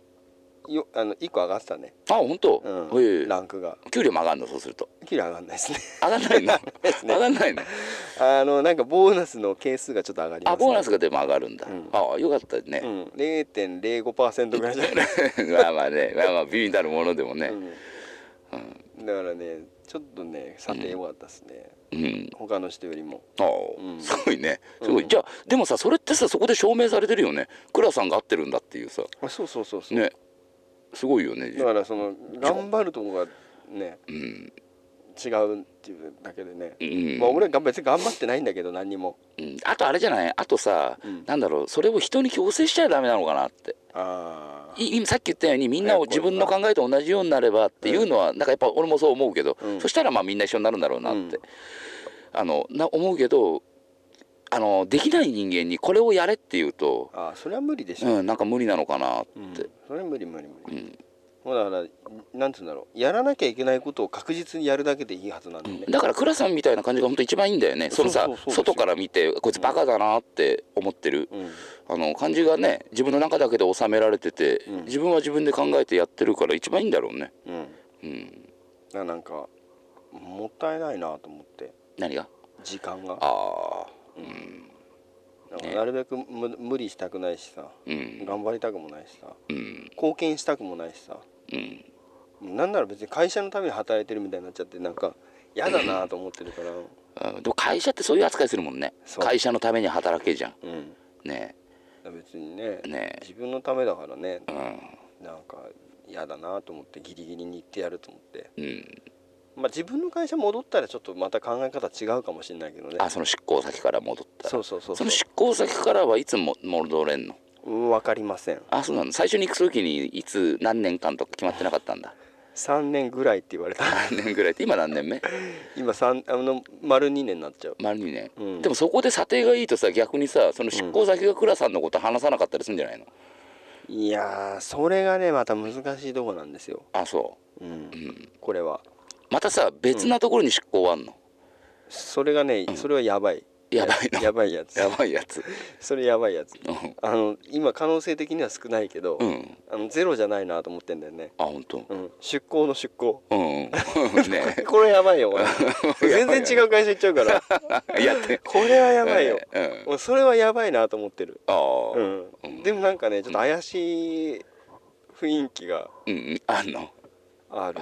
Speaker 4: うよあの1個上がってたね、
Speaker 3: 本当、
Speaker 4: う
Speaker 3: ええ
Speaker 4: ん、ランクが
Speaker 3: 給料も上がんのそうすると
Speaker 4: 給料上がんないですね
Speaker 3: 上がんないの
Speaker 4: ですね
Speaker 3: 上がんないの
Speaker 4: あのなんかボーナスの係数がちょっと上がります、
Speaker 3: あボーナス
Speaker 4: が
Speaker 3: がでも上がるんだ、
Speaker 4: うん
Speaker 3: ああよかった
Speaker 4: う
Speaker 3: ね、
Speaker 4: ん0.05%ぐらいじゃない、
Speaker 3: まあまあねまあまあ微妙なるものでもね
Speaker 4: うん、だからねちょっとね査定良かったですね、
Speaker 3: うん
Speaker 4: 他の人よりも
Speaker 3: ああ、
Speaker 4: うん
Speaker 3: すごいねすごい、
Speaker 4: うん
Speaker 3: じゃあでもさそれってさそこで証明されてるよね倉さんが合ってるんだっていうさ
Speaker 4: あそうそうそうそう、
Speaker 3: ねすごいよね
Speaker 4: だからその頑張るとこがね
Speaker 3: うん
Speaker 4: 違うっていうだけでね、
Speaker 3: うん
Speaker 4: まあ俺は別に頑張ってないんだけど何にも
Speaker 3: うん、あとあれじゃないあとさ、
Speaker 4: うん
Speaker 3: なんだろうそれを人に強制しちゃダメなのかなって
Speaker 4: ああ
Speaker 3: い今さっき言ったようにみんなを
Speaker 4: 早く
Speaker 3: 自
Speaker 4: 来いよな
Speaker 3: 分の考えと同じようになればっていうのは、なんかやっぱ俺もそう思うけど、
Speaker 4: うん
Speaker 3: そしたらまあみんな一緒になるんだろうなって、
Speaker 4: うん
Speaker 3: あのな思うけどあのできない人間にこれをやれっていうと、
Speaker 4: あーそれは無理でしょ、
Speaker 3: うん、なんか無理なのかなっ
Speaker 4: うん
Speaker 3: て、
Speaker 4: それは無理無理無
Speaker 3: う
Speaker 4: 理、
Speaker 3: ん
Speaker 4: もうだからなんつうんだろうやらなきゃいけないことを確実にやるだけでいいはずなんだよね、
Speaker 3: だから倉さんみたいな感じが本当一番いいんだよねそのさ
Speaker 4: そうそうそうですよ
Speaker 3: 外から見てこいつバカだなって思ってる、
Speaker 4: うん
Speaker 3: あの感じがね自分の中だけで収められてて、
Speaker 4: うん
Speaker 3: 自分は自分で考えてやってるから一番いいんだろうね。
Speaker 4: うん、だか
Speaker 3: うん、
Speaker 4: らなんかもったいないなと思って
Speaker 3: 何が
Speaker 4: 時間が
Speaker 3: ああ
Speaker 4: だからなるべく無無理したくないしさ
Speaker 3: うん
Speaker 4: 頑張りたくもないしさ
Speaker 3: うん
Speaker 4: 貢献したくもないしさ
Speaker 3: うん
Speaker 4: なんなら別に会社のために働いてるみたいになっちゃってなんか嫌だなと思って るから
Speaker 3: あでも会社ってそういう扱いするもんね
Speaker 4: そう
Speaker 3: 会社のために働けじゃん
Speaker 4: うん
Speaker 3: ね
Speaker 4: だから別にね
Speaker 3: ね
Speaker 4: 自分のためだからね
Speaker 3: え
Speaker 4: なんか嫌だなと思ってギリギリに行ってやると思って
Speaker 3: うん、うん、
Speaker 4: まあ自分の会社戻ったらちょっとまた考え方違うかもしれないけどね
Speaker 3: あその執行先から戻ったら
Speaker 4: そうそうそう
Speaker 3: そうの執行先からはいつも戻れんの
Speaker 4: うんわかりません
Speaker 3: あそうなの最初に行く時にいつ何年間とか決まってなかったんだ
Speaker 4: 3年ぐらいって言わ れた
Speaker 3: 何年ぐらいって今何年目
Speaker 4: 今3あの丸2年になっちゃう
Speaker 3: 丸2年、
Speaker 4: うん
Speaker 3: でもそこで査定がいいとさ逆にさその執行先が倉さんのこと話さなかったりするんじゃないの、
Speaker 4: いやーそれがねまた難しいとこなんですよ、
Speaker 3: あそ
Speaker 4: うん
Speaker 3: ん
Speaker 4: これは
Speaker 3: うまたさ別なところに執行はあんの、
Speaker 4: それがね、それはやばい
Speaker 3: やばいの
Speaker 4: やばいやつ
Speaker 3: やばいやつ
Speaker 4: それやばいやつ
Speaker 3: うん
Speaker 4: あの今可能性的には少ないけど、
Speaker 3: うん
Speaker 4: あのゼロじゃないなと思ってんだよね、
Speaker 3: あ本当
Speaker 4: うん、出向の出向
Speaker 3: うんう んね
Speaker 4: これやばいよ 俺全然違う会社行っちゃうから
Speaker 3: え やって
Speaker 4: これはやばいよ、
Speaker 3: うん
Speaker 4: 俺それはやばいなと思ってる、
Speaker 3: ああ、う
Speaker 4: う
Speaker 3: ん
Speaker 4: んでもなんかねちょっと怪しい雰囲気が
Speaker 3: うん、あんの
Speaker 4: ある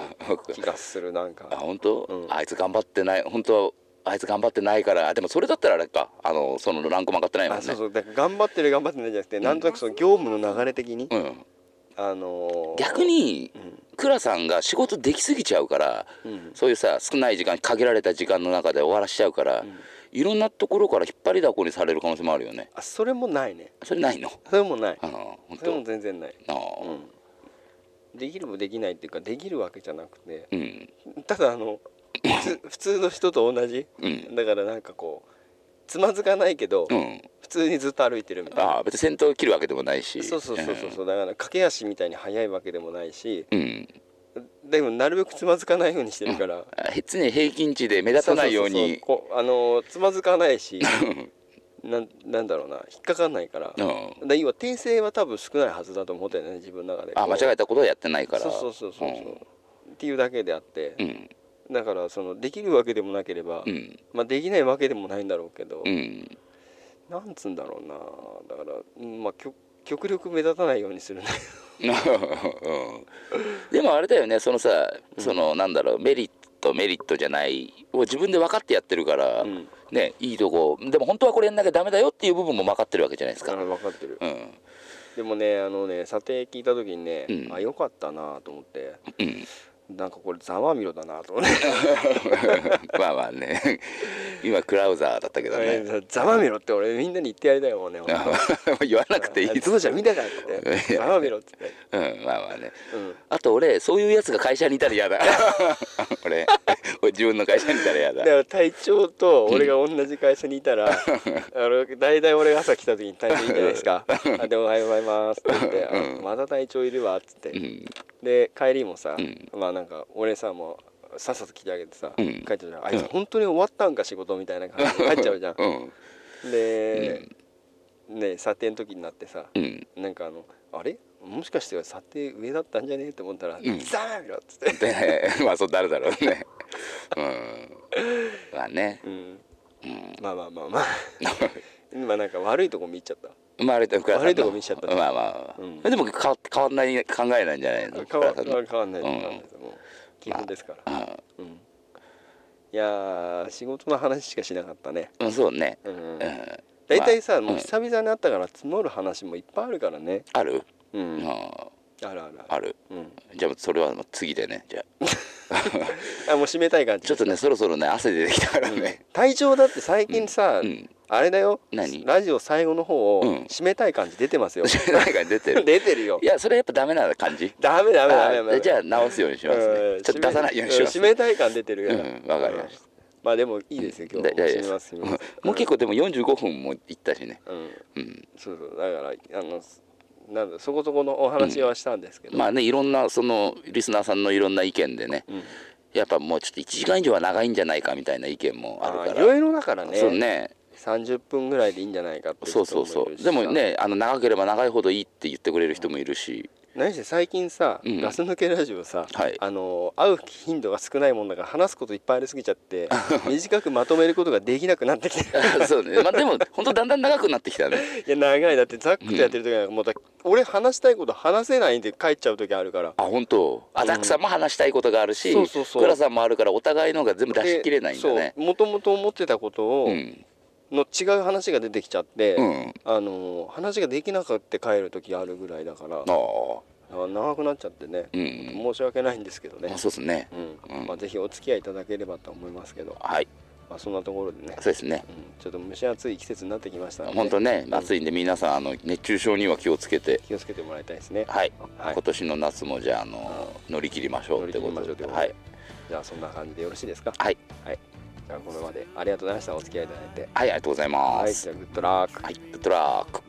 Speaker 4: 気がするなん
Speaker 3: あ
Speaker 4: か
Speaker 3: 本当、
Speaker 4: うん
Speaker 3: あいつ頑張ってない本当あいつ頑張ってないからでもそれだったらあれかあのそのランクも上がってないもん
Speaker 4: あ
Speaker 3: ね
Speaker 4: そうそうだから頑張ってる頑張ってないじゃなくて、なんとなくその業務の流れ的に、
Speaker 3: うん、
Speaker 4: あのー
Speaker 3: 逆、に倉さんが仕事できすぎちゃうから、
Speaker 4: うん
Speaker 3: そういうさ少ない時間限られた時間の中で終わらしちゃうから、いろんなところから引っ張りだこにされる可能性もあるよね
Speaker 4: あそれもないね
Speaker 3: それないの
Speaker 4: それもない
Speaker 3: あの本
Speaker 4: それも
Speaker 3: 当
Speaker 4: 全然ない、
Speaker 3: ああ
Speaker 4: うん、できるもできないっていうかできるわけじゃなくて
Speaker 3: うん
Speaker 4: ただあの普通普通の人と同じ
Speaker 3: うん
Speaker 4: だからなんかこうつまずかないけど、
Speaker 3: うん
Speaker 4: 普通にずっと歩いてるみたいな
Speaker 3: ああ別に戦闘を切るわけでもないし
Speaker 4: そうそうそうそうそうだから駆け足みたいに速いわけでもないし
Speaker 3: うん、うん
Speaker 4: でもなるべくつまずかないようにしてるから
Speaker 3: あ常に平均値で目立たないように
Speaker 4: そそそこうあのーつまずかな いしなんなんだろうな引っかかんないからだか
Speaker 3: うん
Speaker 4: ら今訂正は多分少ないはずだと思ったよね自分の中で
Speaker 3: あ間違えたことはやってないから
Speaker 4: そうそうそうそうそう、っていうだけであって
Speaker 3: う、ん
Speaker 4: だからそのできるわけでもなければ、
Speaker 3: うん
Speaker 4: まあ、できないわけでもないんだろうけど、
Speaker 3: うん
Speaker 4: なんつうんだろうなだから、うんまあ、きょ極力目立たないようにするね
Speaker 3: うんでもあれだよねそのさそのなんだろうメリットメリットじゃないを自分で分かってやってるから、
Speaker 4: ん
Speaker 3: ねいいとこでも本当はこれやんなきゃダメだよっていう部分も分かってるわけじゃないです
Speaker 4: あ
Speaker 3: か、
Speaker 4: の分かってる
Speaker 3: うん
Speaker 4: でもねあのね査定聞いた時にね、
Speaker 3: うん
Speaker 4: あよかったなと思って
Speaker 3: うん、
Speaker 4: なんかこれざまみろだなと思って
Speaker 3: まあまあね今クラウザーだったけどね
Speaker 4: ざまみろって俺みんなに言ってやりたいもんね本 当
Speaker 3: 言わなくていい
Speaker 4: あそうじゃ見たかってざまみろって言って
Speaker 3: うんまあまあね
Speaker 4: うん
Speaker 3: あと俺そういうやつが会社にいたら嫌だ 俺俺自分の会社にいたら嫌だ
Speaker 4: だから隊長と俺が同じ会社にいたら、あの大体俺が朝来た時に隊長いいんじゃないですか「あでもおはようございます」って言ってあ「また隊長いるわ」っつって、
Speaker 3: うん
Speaker 4: で帰りもさ、
Speaker 3: うん
Speaker 4: まあなんか俺さもうさっさと来てあげてさ、
Speaker 3: うん
Speaker 4: 帰っちゃうじゃんあいつ本当に終わったんか仕事みたいな感じで帰っちゃうじゃん
Speaker 3: うん
Speaker 4: で、ね査定の時になってさ
Speaker 3: うん
Speaker 4: なんかあの「あれもしかして査定上だったんじゃねえ?」って思ったら「
Speaker 3: ん
Speaker 4: ざまみろ」っつって、
Speaker 3: でまあそうなるだろうねうんまあね
Speaker 4: うん、まあまあまあまあ 今なんか悪いとこ見ちゃった
Speaker 3: まああれと倉さんの
Speaker 4: 悪いとこ見しちゃったね
Speaker 3: まあまあ、
Speaker 4: うん
Speaker 3: でも変わ変わんない考えなんじゃないの
Speaker 4: 変
Speaker 3: 倉
Speaker 4: わ
Speaker 3: さんの
Speaker 4: 変わ変わんないです、
Speaker 3: うん
Speaker 4: 変わんないですもう基本ですから、
Speaker 3: あ
Speaker 4: うん、いやー仕事の話しかしなかったね
Speaker 3: うんそうね
Speaker 4: うん
Speaker 3: うん
Speaker 4: 大体さ、
Speaker 3: まあ
Speaker 4: もう久々に会ったから積もる話もいっぱいあるからね
Speaker 3: ある、
Speaker 4: う
Speaker 3: うんん、
Speaker 4: あ
Speaker 3: あ
Speaker 4: るあるある
Speaker 3: る
Speaker 4: うん
Speaker 3: じゃあそれはもう次でねじゃあ
Speaker 4: あもう締めたい感じ
Speaker 3: ちょっとねそろそろね汗出てきたからね、
Speaker 4: 体調だって最近さ、
Speaker 3: うん
Speaker 4: あれだよ
Speaker 3: 何
Speaker 4: ラジオ最後の方を
Speaker 3: うん
Speaker 4: 締めたい感じ出 てますよ、
Speaker 3: なんか出てる
Speaker 4: 出てるよ
Speaker 3: いやそれやっぱダメな感じ
Speaker 4: ダメダメダメダ
Speaker 3: あ
Speaker 4: メ
Speaker 3: じゃあ直すようにします
Speaker 4: う
Speaker 3: ね
Speaker 4: ん
Speaker 3: ちょっと出さないようにします
Speaker 4: 締めたい感出てる
Speaker 3: う
Speaker 4: や
Speaker 3: ん
Speaker 4: ら
Speaker 3: わかりまし
Speaker 4: まあでもいいですよ
Speaker 3: た
Speaker 4: 今日
Speaker 3: だ大丈夫
Speaker 4: 締め
Speaker 3: で
Speaker 4: ますす締めます
Speaker 3: もう結構でも45分もいったしね
Speaker 4: うん
Speaker 3: うん
Speaker 4: そうそうだからあのなんだそこそこのお話はしたんですけど、
Speaker 3: まあねいろんなそのリスナーさんのいろんな意見でね、やっぱもうちょっと1時間以上は長いんじゃないかみたいな意見もある
Speaker 4: あ
Speaker 3: から
Speaker 4: いろいろだからね
Speaker 3: そうね
Speaker 4: 30分ぐらいでいいんじゃないかってい
Speaker 3: そうそうそ
Speaker 4: 人もい
Speaker 3: で
Speaker 4: うるし
Speaker 3: もねあの長ければ長いほどいいって言ってくれる人もいるし
Speaker 4: 何せ最近さ、
Speaker 3: うん
Speaker 4: ガス抜けラジオさ、
Speaker 3: はい
Speaker 4: あの会う頻度が少ないもんだから話すこといっぱいありすぎちゃって 短くまとめることができなくなってきて
Speaker 3: そうねまあでも本当だんだん長くなってきたね
Speaker 4: いや長いだってざっくりやってる時なんかもうだ俺話したいこと話せないんで帰っちゃう時あるから
Speaker 3: あ本当あザックさんも話したいことがあるし
Speaker 4: そうそうそう
Speaker 3: 倉さんもあるからお互いのが全部出し切れないんだね
Speaker 4: もともと思ってたことを、
Speaker 3: うん
Speaker 4: の違う話が出てきちゃって、
Speaker 3: うん
Speaker 4: あの話ができなくて帰る時あるぐらいだから
Speaker 3: ああ
Speaker 4: あ長くなっちゃってね、
Speaker 3: うん
Speaker 4: 申し訳ないんですけどね
Speaker 3: まあ、そうですね
Speaker 4: うん
Speaker 3: うん
Speaker 4: まあ、ぜひお付き合いいただければと思いますけど
Speaker 3: はい
Speaker 4: まあそんなところでね、
Speaker 3: そうですね
Speaker 4: うん、ちょっと蒸し暑い季節になってきましたので
Speaker 3: 本当ね
Speaker 4: うん
Speaker 3: 暑いんで皆さんあの熱中症には気をつけて
Speaker 4: 気をつけてもらいたいですね
Speaker 3: はい、
Speaker 4: はい
Speaker 3: 今年の夏もじゃああの乗り切りましょうってこ
Speaker 4: 乗り切りましょ
Speaker 3: と
Speaker 4: うって
Speaker 3: で
Speaker 4: ことで
Speaker 3: はい
Speaker 4: じゃあそんな感じでよろしいですか
Speaker 3: はい、
Speaker 4: はい、じゃあこれまでありがとうございましたお付き合いいただいて
Speaker 3: はい、ありがとうござい
Speaker 4: は
Speaker 3: ま
Speaker 4: い
Speaker 3: す
Speaker 4: じゃあグッドラック
Speaker 3: はい、グッドラック